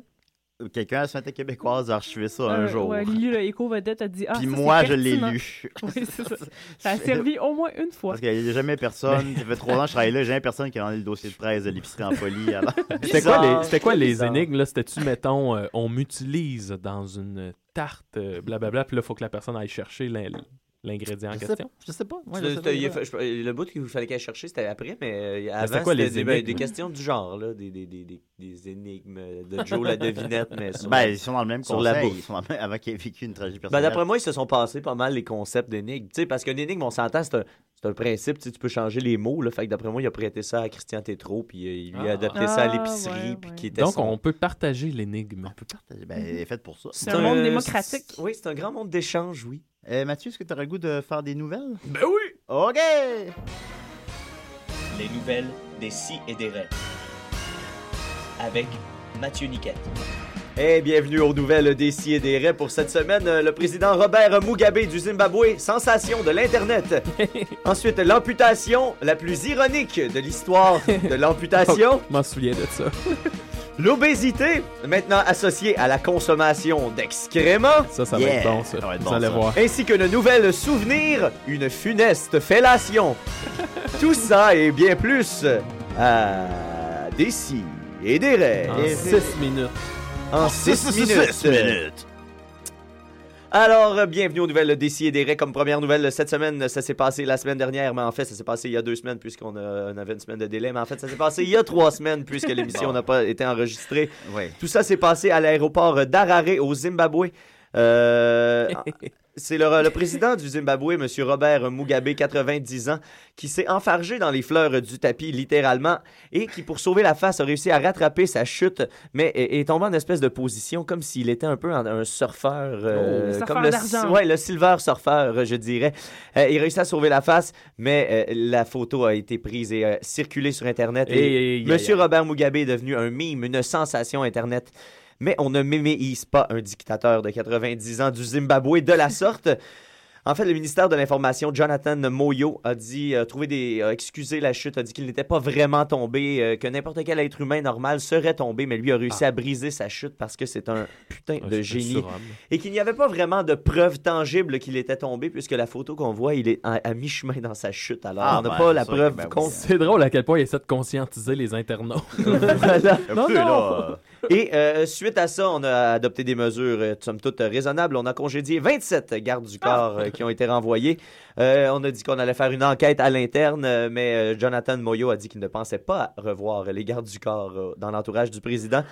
Quelqu'un à la Société québécoise a archivé ça un Euh, jour. Ouais, Lulu, le écho vedette, a dit Ah, puis ça, c'est moi, je l'ai pertinent. [laughs] lu. Oui, [laughs] c'est ça. Ça a servi au moins une fois. Parce qu'il n'y a jamais personne, ça fait trois ans que je travaille là, il y a jamais personne qui a rendu le dossier de presse de l'épicerie en folie. Alors... C'était quoi Bizarre, les, c'était quoi les bizarre. énigmes? là? C'était-tu, mettons, euh, on m'utilise dans une tarte, euh, blablabla, puis là, il faut que la personne aille chercher l'in- l'ingrédient en Je sais- question? Je sais pas. Moi, Tu- je sais t'as- pas, il a là. fait- je- le bout qu'il fallait qu'elle chercher, c'était après, mais euh, avant, c'était quoi, les des, ben, énigmes? des questions du genre, là, des, des, des, des, des énigmes de Joe la devinette, [laughs] mais sur, Ben, ils sont dans le même sur conseil. la bouffe. Ils sont dans le même- avant qu'il ait vécu une tragédie Ben, personnelle. D'après moi, ils se sont passés pas mal les concepts d'énigmes. Tu sais, Parce qu'une énigme, on s'entend, c'est un, c'est un principe, tu sais, tu peux changer les mots. Là, fait que d'après moi, il a prêté ça à Christian Tétrault, puis euh, il lui a Ah. adapté ça à Ah, l'épicerie, ouais, puis ouais. qui était Donc, son- on peut partager l'énigme. Ben, elle est faite pour ça. C'est un monde démocratique. c'est- Oui, c'est un grand monde d'échange, oui. Euh, Mathieu, est-ce que tu aurais le goût de faire des nouvelles? Ben oui! OK! Les nouvelles des si et des raies. Avec Mathieu Niquette. Et Eh, bienvenue aux nouvelles des et des raies pour cette semaine. euh, Le président Robert Mugabe du Zimbabwe, sensation de l'Internet. Ensuite, l'amputation la plus ironique de l'histoire de l'amputation. [laughs] Je m'en souviens de ça. L'obésité, maintenant associée à la consommation d'excréments. Ça, ça va Yeah. être bon, ça. Ça va être Vous bon, allez ça. voir. Ainsi que de nouvelles souvenirs, une funeste fellation. Tout ça et bien plus à des si et des raies. En Et- 6 minutes. En 6 Ah, minutes. Alors, euh, bienvenue aux nouvelles d'ici et des Raies. Comme première nouvelle euh, cette semaine, euh, ça s'est passé la semaine dernière, mais en fait, ça s'est passé il y a deux semaines puisqu'on a- on avait une semaine de délai. Mais en fait, ça s'est passé il y a trois semaines puisque l'émission n'a pas été enregistrée. Oui. Tout ça s'est passé à l'aéroport euh, d'Harare au Zimbabwe. Euh, C'est le, le président du Zimbabwe, M. Robert Mugabe, 90 ans, qui s'est enfargé dans les fleurs du tapis, littéralement, et qui, pour sauver la face, a réussi à rattraper sa chute, mais est, est tombé en espèce de position comme s'il était un peu en- un surfeur. euh, Oh, le surfeur comme le, d'argent. ouais, le silver surfeur, euh, je dirais. Euh, il réussit à sauver la face, mais euh, la photo a été prise et euh, circulée sur Internet. et- [laughs] Et- et- Monsieur Robert Mugabe est devenu un mime, une sensation Internet. Mais on ne méméise pas un dictateur de 90 ans du Zimbabwe de la sorte. En fait, le ministère de l'Information, Jonathan Moyo, a dit, euh, trouver des, a excusé la chute, a dit qu'il n'était pas vraiment tombé, euh, que n'importe quel être humain normal serait tombé, mais lui a Ah. réussi à briser sa chute parce que c'est un putain Ah, de je suis génie surhomme. et qu'il n'y avait pas vraiment de preuves tangibles qu'il était tombé, puisque la photo qu'on voit, il est à, à mi-chemin dans sa chute. Alors, Ah, on n'a ben, pas c'est la sûr que, preuve ben oui. qu'on- C'est drôle à quel point il essaie de conscientiser les internautes. [laughs] Voilà. Un Non, peu, non. là. Et euh, suite à ça, on a adopté des mesures, euh, somme toute, euh, raisonnables. On a congédié 27 gardes du corps euh, qui ont été renvoyés. Euh, on a dit qu'on allait faire une enquête à l'interne, euh, mais euh, Jonathan Moyo a dit qu'il ne pensait pas à revoir les gardes du corps euh, dans l'entourage du président.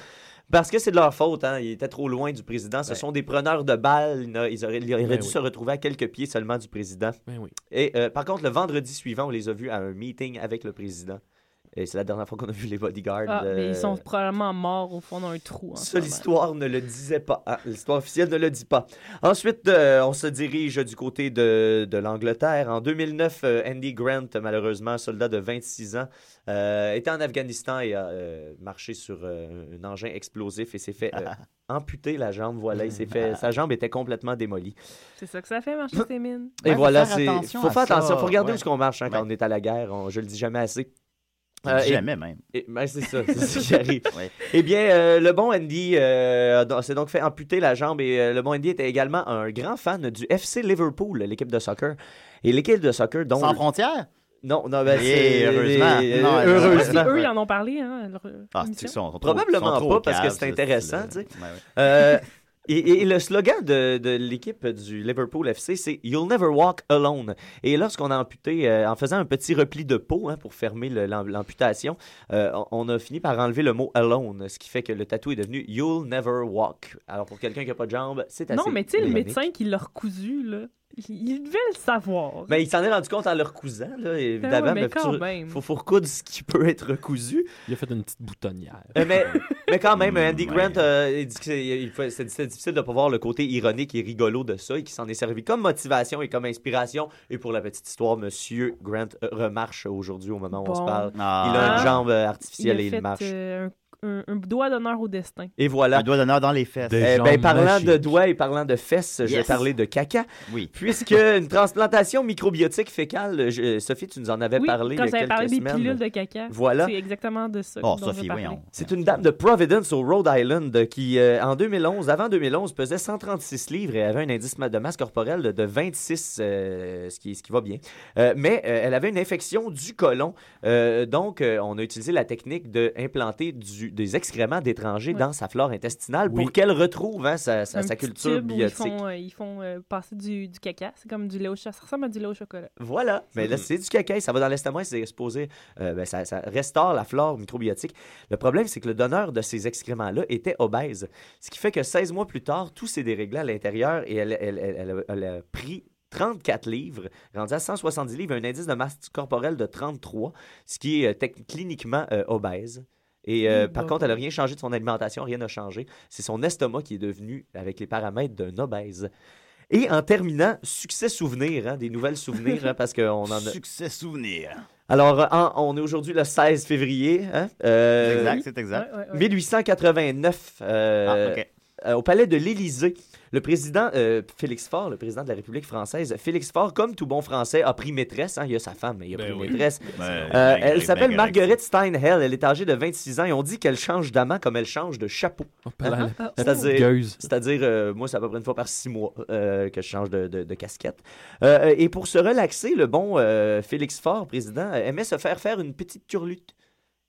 Parce que c'est de leur faute, hein. ils étaient trop loin du président. Ce sont des preneurs de balles. Ils n'a- Ils auraient, ils auraient Ben dû oui. se retrouver à quelques pieds seulement du président. Ben oui. Et euh, par contre, le vendredi suivant, on les a vus à un meeting avec le président. Et c'est la dernière fois qu'on a vu les bodyguards. Ah, mais ils sont euh, probablement morts au fond d'un trou. en ce ça, moment. l'histoire ne le disait pas. hein. L'histoire officielle ne le dit pas. Ensuite, euh, on se dirige du côté de, de l'Angleterre. En 2009, euh, Andy Grant, malheureusement, soldat de 26 ans, euh, était en Afghanistan et a euh, marché sur euh, un engin explosif et s'est fait euh, amputer la jambe. Voilà, il s'est fait, sa jambe était complètement démolie. C'est ça que ça fait, marcher ses mines. Et Ouais, faut voilà, faire c'est. attention Faut à faire ça. attention. Faut regarder Ouais. où ce qu'on marche hein, quand Ouais. on est à la guerre. On- je le dis jamais assez. On Euh, dit et- [laughs] Jamais même. et- ben, c'est ça, c'est ce qui arrive. Ouais. Eh bien, euh, le bon Andy euh, a don- s'est donc fait amputer la jambe et euh, le bon Andy était également un grand fan du FC Liverpool, l'équipe de soccer. Et l'équipe de soccer, dont... Sans frontières? Non, non, ben, Eh, c'est... heureusement. euh, Non, non, non. heureusement. Eux, ils en ont parlé, hein, à leur euh, Ah, c'est émission. que ça, on- on- Probablement on- on- on- pas, on- parce que c'est on- on- intéressant, tu sais. Ouais, ouais. Euh, et, et- et le slogan de, de l'équipe du Liverpool FC, c'est You'll never walk alone. Et lorsqu'on a amputé, euh, en faisant un petit repli de peau hein, pour fermer le- l'am- l'amputation, euh, on- on a fini par enlever le mot alone, ce qui fait que le tatou est devenu You'll never walk. Alors pour quelqu'un qui n'a pas de jambe, c'est assez. Non, mais tu sais, le ironique. médecin qui l'a recousu, là, il- il devait le savoir. Ah Mais Ben, il s'en est rendu compte en le recousant, là, évidemment. ouais, mais mais quand tu- même. Faut, faut recoudre ce qui peut être recousu. Il a fait une petite boutonnière. Euh, [laughs] mais, mais quand même, Andy Ouais. Grant, euh, il dit que c'est- il faut- c'est- c'est difficile de pas voir le côté ironique et rigolo de ça et qui s'en est servi comme motivation et comme inspiration. Et pour la petite histoire, Monsieur Grant euh, remarche aujourd'hui au moment où on Bon. se parle. Ah. Il a Ah. une jambe euh, Il a artificielle et fait il marche. euh, un, un- un doigt d'honneur au destin. Et Un voilà. doigt d'honneur dans les fesses. Des- Eh ben, Jambe parlant de magique. doigts et parlant de fesses, je vais Yes. parler de caca, Oui. puisque une transplantation microbiotique fécale, euh, je- Sophie, tu nous en avais Oui, parlé quand il y a j'avais quelques parlé des semaines. pilules de caca. Voilà. C'est exactement de ça. Oh, dont je Sophie, parlais. voyons. C'est une dame de Providence au Rhode Island qui, euh, en 2011, avant 2011, pesait 136 livres et avait un indice ma- de masse corporelle de- de 26, euh, ce, qui, ce qui va bien. Euh, mais euh, elle avait une infection du côlon. Euh, donc, euh, on a utilisé la technique d'implanter du, des excréments d'étrangers Ouais. dans sa flore intestinale Oui. pour qu'elle retrouve hein, sa, sa- Un sa petit culture tube où ils biotique. font, euh, ils font euh, passer du, du caca. C'est comme du lait au chocolat. Ça ressemble à du lait au chocolat. Voilà. Mais là, c'est du caca, ça va dans l'estomac, c'est exposé, euh, ben, ça, ça restaure la flore microbiotique. Le problème, c'est que le donneur de ces excréments-là était obèse. Ce qui fait que 16 mois plus tard, tout s'est déréglé à l'intérieur et elle, elle- elle- elle a- elle a pris 34 livres, rendu à 170 livres, un indice de masse corporelle de 33, ce qui est euh, tec- cliniquement euh, obèse. Et euh, Mm, par bah, contre, bah. elle n'a rien changé de son alimentation, rien n'a changé. C'est son estomac qui est devenu avec les paramètres d'un obèse. Et en terminant, succès souvenir, hein, des nouvelles souvenirs, hein, parce qu'on en a. [laughs] Succès souvenir. Alors, euh, en- on est aujourd'hui le 16 février, hein, euh, exact, c'est exact. Ouais, ouais, ouais. 1889. euh, Ah, ok. euh, au palais de l'Élysée. Le président euh, Félix Faure, le président de la République française, Félix Faure, comme tout bon français, a pris maîtresse. hein, il a sa femme, mais il a Ben pris oui. maîtresse. Ben, Euh, ben, elle ben, s'appelle ben, Marguerite Steinhell. Elle est âgée de 26 ans et on dit qu'elle change d'amant comme elle change de chapeau. Ah, oh. C'est-à-dire, Gueuse. c'est-à-dire, euh, moi, c'est à peu près une fois par six mois euh, que je change de, de- de casquette. Euh, et pour se relaxer, le bon euh, Félix Faure, président, euh, aimait se faire faire une petite turlute.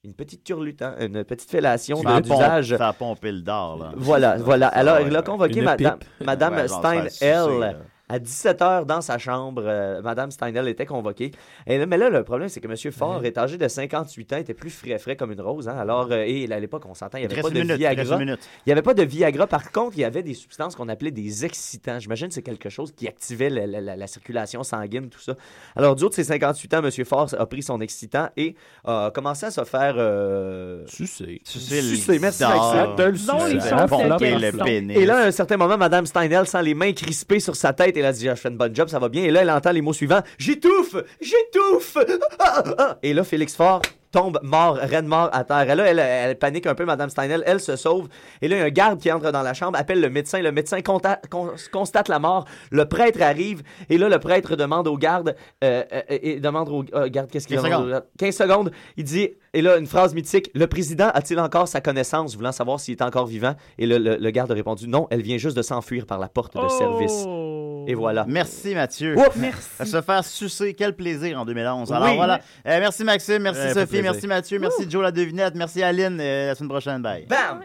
Une petite turlute, hein, une petite fellation Ça a, pompe- d'usage. ça a pompé le dard, là. [laughs] Voilà, voilà. Ça, Alors, ouais, il l'a ouais. convoqué, Une madame, madame Ouais, genre, se Stein faire sucer, L. là. À 17h dans sa chambre, euh, Madame Steinel était convoquée. Et là- mais là, le problème, c'est que M. Faure est âgé de 58 ans, était plus frais frais comme une rose. hein. Alors, euh, et à l'époque, on s'entend, il n'y Il te avait reste pas une de minute, il te reste Viagra. une minute. Il n'y avait pas de Viagra. Par contre, il y avait des substances qu'on appelait des excitants. J'imagine que c'est quelque chose qui activait la, la- la- la circulation sanguine, tout ça. Alors, du haut de ses 58 ans, M. Faure a pris son excitant et euh, a commencé à se faire... euh, Sucer. Sucer le Sucer, merci, dard. Ça te Ah. le Non, sucer. les Ça choses va Hein? pour telles la qu'elles place. sont. le pénis. Et là, à un certain moment, Madame Steinel sent les mains crispées sur sa tête et elle a dit Ah, Je fais une bonne job, ça va bien. Et là, elle entend les mots suivants J'étouffe J'étouffe Ah, ah, ah. Et là, Félix Faure tombe mort, reine mort à terre. Et là, elle, elle panique un peu, Madame Steinel. Elle se sauve. Et là, il y a un garde qui entre dans la chambre, appelle le médecin. Le médecin conta- con- constate la mort. Le prêtre arrive. Et là, le prêtre demande au garde euh, euh, et demande au euh, garde qu'est-ce qu'il 15 demande au secondes. garde? 15 secondes. Il dit et là, une phrase mythique. Le président a-t-il encore sa connaissance, voulant savoir s'il est encore vivant? Et le, le- le garde a répondu non, elle vient juste de s'enfuir par la porte de service. Oh. Et voilà. Merci, Mathieu. Ouf! Merci. Se faire sucer, quel plaisir en 2011. Alors Oui. voilà. Euh, merci Maxime, merci Ouais, pas de Sophie, plaisir. merci Mathieu, merci Joe la devinette, merci Aline. Euh, à la semaine prochaine, bye. Bam!